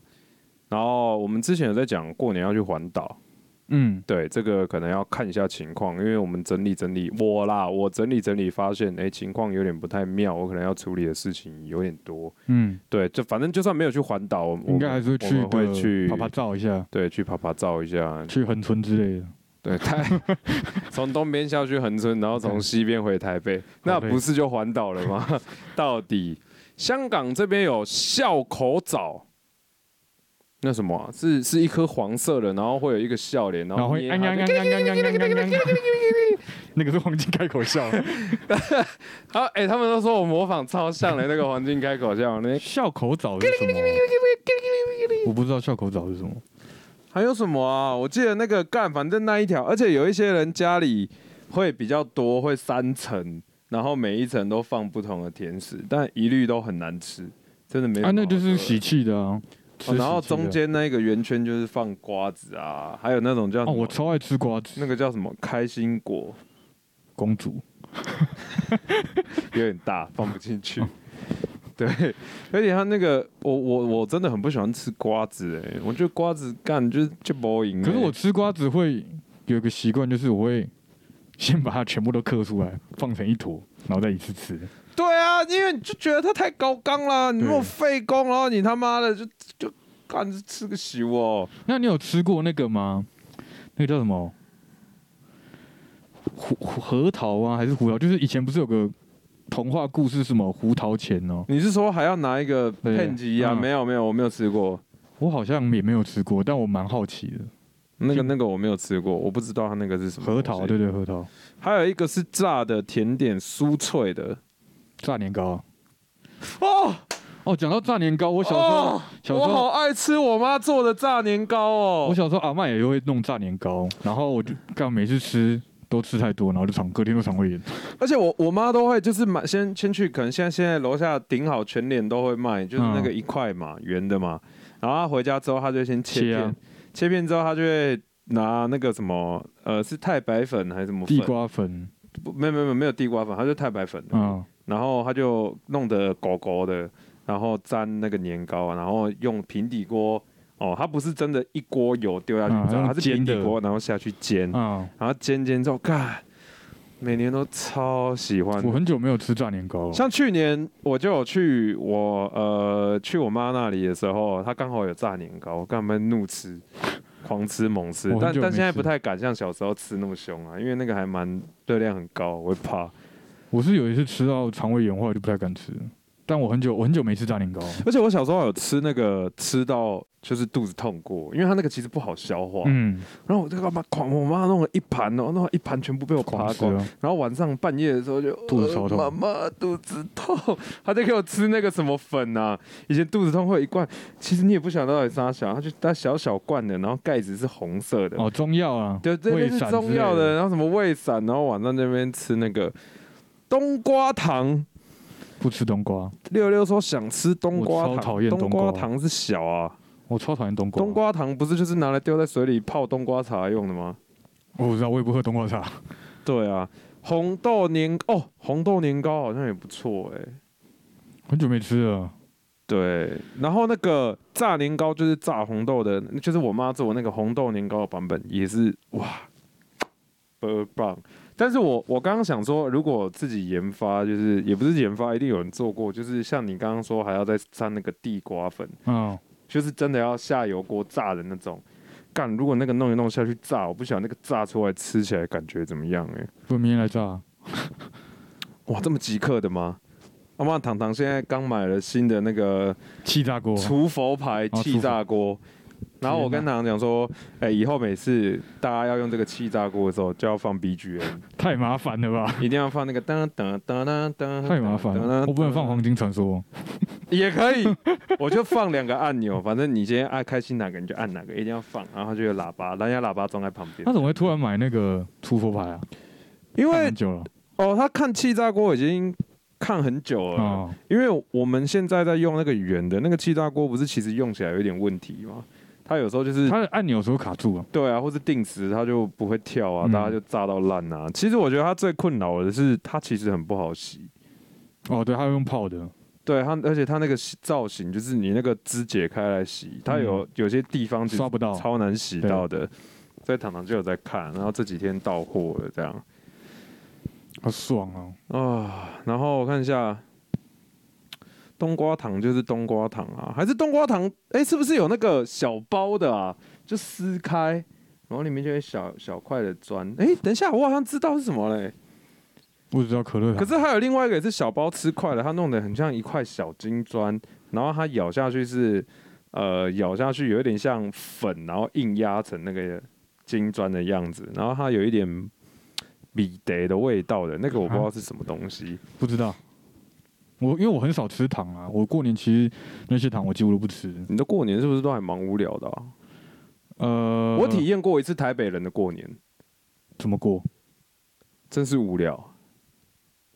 S2: 然后我们之前有在讲过年要去环岛，
S1: 嗯，
S2: 对，这个可能要看一下情况，因为我们整理整理我啦，我整理整理发现，哎，情况有点不太妙，我可能要处理的事情有点多。
S1: 嗯，
S2: 对，就反正就算没有去环岛，我
S1: 应该还是
S2: 我
S1: 去
S2: 们会
S1: 的
S2: 去
S1: 拍拍照一下，
S2: 对去爬爬照一 下，
S1: 去横村之类的。
S2: 对， 台从东边下去恒春，然后从西边回台北，那
S1: 哦
S2: 不是就环岛了吗？ 到底香港这边有笑口枣，那什么啊、是是一颗黄色的，然后会有一个笑脸，然
S1: 然后
S2: 后
S1: 会
S2: 捏
S1: 安
S2: 它
S1: 安安安安安安安安， 那个是黄金开口笑，
S2: 啊，哎、他们都说我模仿超像的那个黄金开口笑。那
S1: 笑口枣是什么？ 我不知道笑口枣是什么。
S2: 还有什么啊？我记得那个干，反正那一条，而且有一些人家里会比较多，会三层，然后每一层都放不同的甜食，但一律都很难吃，真的没什么
S1: 啊，
S2: 好
S1: 那就是
S2: 说的
S1: 喜气的啊。吃
S2: 哦然后
S1: 喜气的
S2: 中间那个圆圈就是放瓜子啊，还有那种叫什
S1: 哦，
S2: 么、
S1: 我超爱吃瓜子。
S2: 那个叫什么开心果，
S1: 公主，
S2: 有点大，放不进去。 对，而且它那个，我我我真的很不喜欢吃瓜子哎、我觉得瓜子干就是就不赢、欸
S1: 可是我吃瓜子会有一个习惯，就是我会先把它全部都刻出来，放成一坨，然后再一次吃。
S2: 对啊，因为你就觉得他太高纲了，你那么
S1: 对
S2: 费工，然后你他妈的就就干吃个席哦。
S1: 那你有吃过那个吗？那个叫什么？胡胡核桃啊，还是胡桃？就是以前不是有个童话故事，是什么胡桃钳哦？
S2: 你是说还要拿一个
S1: 对
S2: 片机啊？
S1: 嗯
S2: 没有没有，我没有吃过
S1: 我好像也没有吃过，但我蛮好奇的。
S2: 那个那个我没有吃过，我不知道它那个是什么
S1: 核
S2: 东
S1: 桃，
S2: 西
S1: 对。对，核桃
S2: 还有一个是炸的甜点，酥脆的。
S1: 炸年糕啊。
S2: 哦，
S1: 哦，讲到炸年糕，我小时候，
S2: 哦
S1: 小时
S2: 我
S1: 候
S2: 好爱吃我妈做的炸年糕
S1: 我
S2: 哦。
S1: 小时候阿嬷也会弄炸年糕，然后我就干每次吃都吃太多，然后就肠隔天就肠胃炎。
S2: 而且我我妈都会就是买先先去，可能现在现在楼下顶好全脸都会卖，就是那个一块嘛圆的嘛，然后她回家之后她就先切
S1: 切
S2: 片，
S1: 啊
S2: 切片之后她就会。拿那个什么，呃，是太白粉还是什么粉？
S1: 地瓜粉
S2: 不没有没有没有没有地瓜粉，它就太白粉的。
S1: 啊，
S2: 然后他就弄得狗狗的，然后沾那个年糕，然后用平底锅，哦，它不是真的一锅油丢下去
S1: 嗯
S2: 炸，
S1: 用
S2: 它是平
S1: 煎的
S2: 底锅，然后下去煎，
S1: 啊、
S2: 然后煎煎之后，干，每年都超喜欢的。
S1: 我很久没有吃炸年糕了。
S2: 像去年我就有去我呃去我妈那里的时候，她刚好有炸年糕，我干嘛怒吃，狂吃猛吃
S1: 我，很
S2: 但
S1: 久
S2: 但
S1: 没
S2: 现在
S1: 吃
S2: 不太敢像小时候吃那么凶啊，因为那个还蛮热量很高，我会怕。
S1: 我是有一次吃到肠胃炎后来就不太敢吃了，但我很久我很久没吃炸年糕了。
S2: 而且我小时候有吃那个，吃到就是肚子痛过，因为它那个其实不好消化。
S1: 嗯，
S2: 然后我就干嘛狂，我妈弄了一盘哦，弄了一盘全部被我
S1: 狂
S2: 扒
S1: 吃
S2: 光。
S1: 啊！
S2: 然后晚上半夜的时候就
S1: 肚子超痛
S2: 呃妈妈肚子痛， 她就给我吃那个什么粉啊。以前肚子痛会有一罐，其实你也不想到底啥小，它就它小小罐的，然后盖子是红色的，
S1: 哦，中药啊，
S2: 对对，
S1: 胃
S2: 那是
S1: 散
S2: 中
S1: 之类
S2: 药的，
S1: 的，
S2: 然后什么胃散，然后晚上那边吃那个冬瓜糖。
S1: 不吃冬瓜，
S2: 六六说想吃冬瓜
S1: 我
S2: 糖，
S1: 超讨厌
S2: 冬
S1: 冬
S2: 瓜
S1: 瓜
S2: 糖是小啊，
S1: 我超讨厌冬瓜。
S2: 冬，瓜糖不是就是拿来丢在水里泡冬瓜茶用的吗？
S1: 我不知道，我也不喝冬瓜茶。
S2: 对啊，红豆年哦，红豆年糕好像也不错哎、
S1: 很久没吃了。
S2: 对，然后那个炸年糕就是炸红豆的，就是我妈做那个红豆年糕的版本，也是哇，倍棒。但是我我刚刚想说，如果自己研发，就是也不是研发，一定有人做过，就是像你刚刚说，还要再沾那个地瓜粉，
S1: 嗯，
S2: 就是真的要下油锅炸的那种。干，如果那个弄一弄下去炸，我不晓得那个炸出来吃起来感觉怎么样哎、
S1: 不，明天来炸。
S2: 哇，这么即刻的吗？阿妈糖糖现在刚买了新的那个
S1: 气炸锅，
S2: 厨佛牌
S1: 哦
S2: 气炸锅，然后我跟
S1: 天
S2: 糖糖讲说，哎、以后每次大家要用这个气炸锅的时候，就要放 BGM，
S1: 太麻烦了吧？
S2: 一定要放那个噔噔噔噔噔，
S1: 太麻烦
S2: 嗯
S1: 了，嗯我不能放黄金传说。
S2: 也可以，我就放两个按钮，反正你今天爱开心哪个你就按哪个，一定要放，然后就有喇叭，蓝牙喇叭装在旁边
S1: 他。怎么会突然买那个出佛牌啊？
S2: 因
S1: 看
S2: 为
S1: 很久了，
S2: 哦，他看气炸锅已经看很久了，
S1: 哦，
S2: 因为我们现在在用那个圆的那个气炸锅，不是其实用起来有点问题吗？它有时候就是
S1: 它的按钮有时候卡住了，
S2: 对啊，或是定时它就不会跳啊，
S1: 嗯
S2: 大家就炸到烂啊。其实我觉得它最困扰的是它其实很不好洗，
S1: 哦，对，它用泡的，
S2: 对它，而且它那个洗造型就是你那个肢解开来洗，它有、有些地方其实
S1: 嗯刷不到，
S2: 超难洗到的。所以糖糖就有在看，然后这几天到货了这样
S1: 好爽哦。
S2: 啊、然后我看一下。冬瓜糖就是冬瓜糖啊，还是冬瓜糖？哎、是不是有那个小包的啊？就撕开，然后里面就有小小块的砖。哎、等一下，我好像知道是什么嘞。
S1: 我只知道可乐糖，
S2: 可是还有另外一个也是小包吃块的，它弄得很像一块小金砖，然后它咬下去是，呃，咬下去有一点像粉，然后硬压成那个金砖的样子，然后它有一点米德的味道的，那个我不知道是什么东西。
S1: 不知道。我因为我很少吃糖啊，我过年其实那些糖我几乎都不吃。
S2: 你的过年是不是都还蛮无聊的啊？
S1: 呃，
S2: 我体验过一次台北人的过年，
S1: 怎么过？
S2: 真是无聊。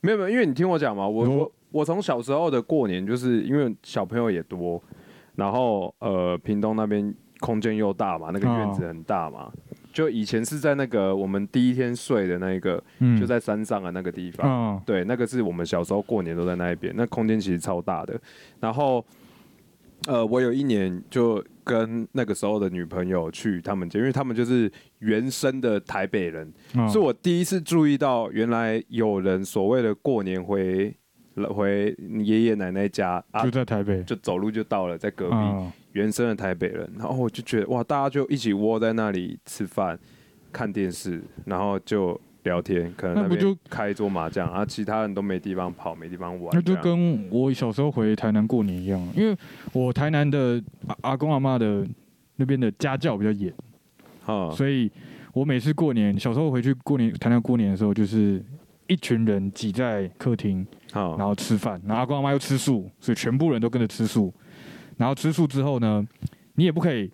S2: 没有没有，因为你听我讲嘛，我
S1: 你说
S2: 我我从小时候的过年，就是因为小朋友也多，然后呃，屏东那边空间又大嘛，那个
S1: 哦
S2: 院子很大嘛，就以前是在那个我们第一天睡的那个，
S1: 嗯，
S2: 就在山上的那个地方，
S1: 嗯
S2: 对，那个是我们小时候过年都在那一边，那空间其实超大的。然后，呃，我有一年就跟那个时候的女朋友去他们家，因为他们就是原生的台北人，
S1: 嗯，
S2: 是我第一次注意到，原来有人所谓的过年回回爷爷奶奶家啊
S1: 就，在台北，
S2: 就走路就到了，在隔壁、
S1: 嗯
S2: 原生的台北人。然后我就觉得哇，大家就一起窝在那里吃饭、看电视，然后就聊天，可能
S1: 那不
S2: 边
S1: 就
S2: 开一桌麻将，然后啊其他人都没地方跑，没地方玩。
S1: 那就
S2: 这样
S1: 跟我小时候回台南过年一样，因为我台南的阿阿公阿妈的那边的家教比较严，
S2: 哈
S1: 所以我每次过年，小时候回去过年台南过年的时候，就是一群人挤在客厅，然
S2: 哈，
S1: 后吃饭，然后阿公阿妈又吃素，所以全部人都跟着吃素。然后吃素之后呢，你也不可以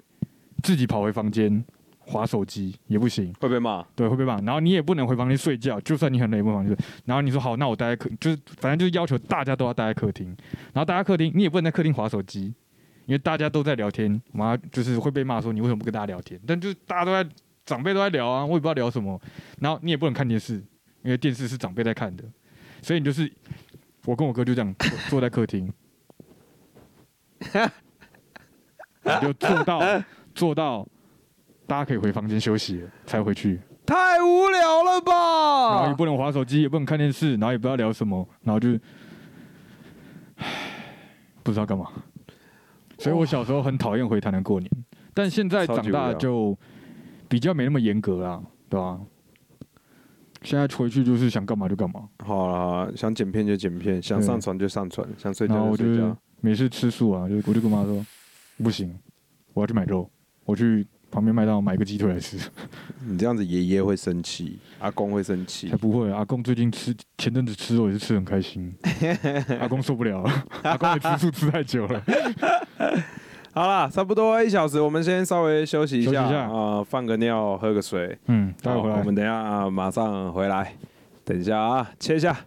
S1: 自己跑回房间划手机，也不行，
S2: 会被骂。
S1: 对，会被骂。然后你也不能回房间睡觉，就算你很累，也不能回房间睡。然后你说好，那我待在客，就是反正就是要求大家都要待在客厅。然后待在客厅，你也不能在客厅划手机，因为大家都在聊天，妈就是会被骂说你为什么不跟大家聊天？但就是大家都在长辈都在聊啊，我也不知道聊什么。然后你也不能看电视，因为电视是长辈在看的，所以你就是我跟我哥就这样坐坐在客厅，你就坐到坐到。大家可以回房间休息了才回去。
S2: 太无聊了
S1: 然后也
S2: 吧！
S1: 不能划手机，也不能看电视，然后也不知道聊什么，然后就，唉不知道干嘛。所以我小时候很讨厌回台南过年，但现在
S2: 超级
S1: 长
S2: 无
S1: 大
S2: 聊
S1: 就比较没那么严格啦，对吧、现在回去就是想干嘛就干嘛，
S2: 好啦，想剪片就剪片，想
S1: 对
S2: 上传就上传，想睡
S1: 然后
S2: 觉
S1: 我
S2: 就
S1: 就
S2: 睡觉。
S1: 每次吃素啊，就我就跟妈说，不行，我要去买肉，我去旁边麦当劳买个鸡腿来吃。
S2: 你这样子，爷爷会生气，阿公会生气
S1: 才。不会，阿公最近吃前阵子吃肉也是吃得很开心，阿公受不了了，阿公也吃素吃太久了。
S2: 好啦，差不多一小时，我们先稍微休息一
S1: 休息
S2: 下
S1: 一下
S2: 啊、呃放个尿，喝个水。
S1: 嗯，待会
S2: 好
S1: 回来
S2: 我。们等一下、啊马上回来。等一下啊，切一下。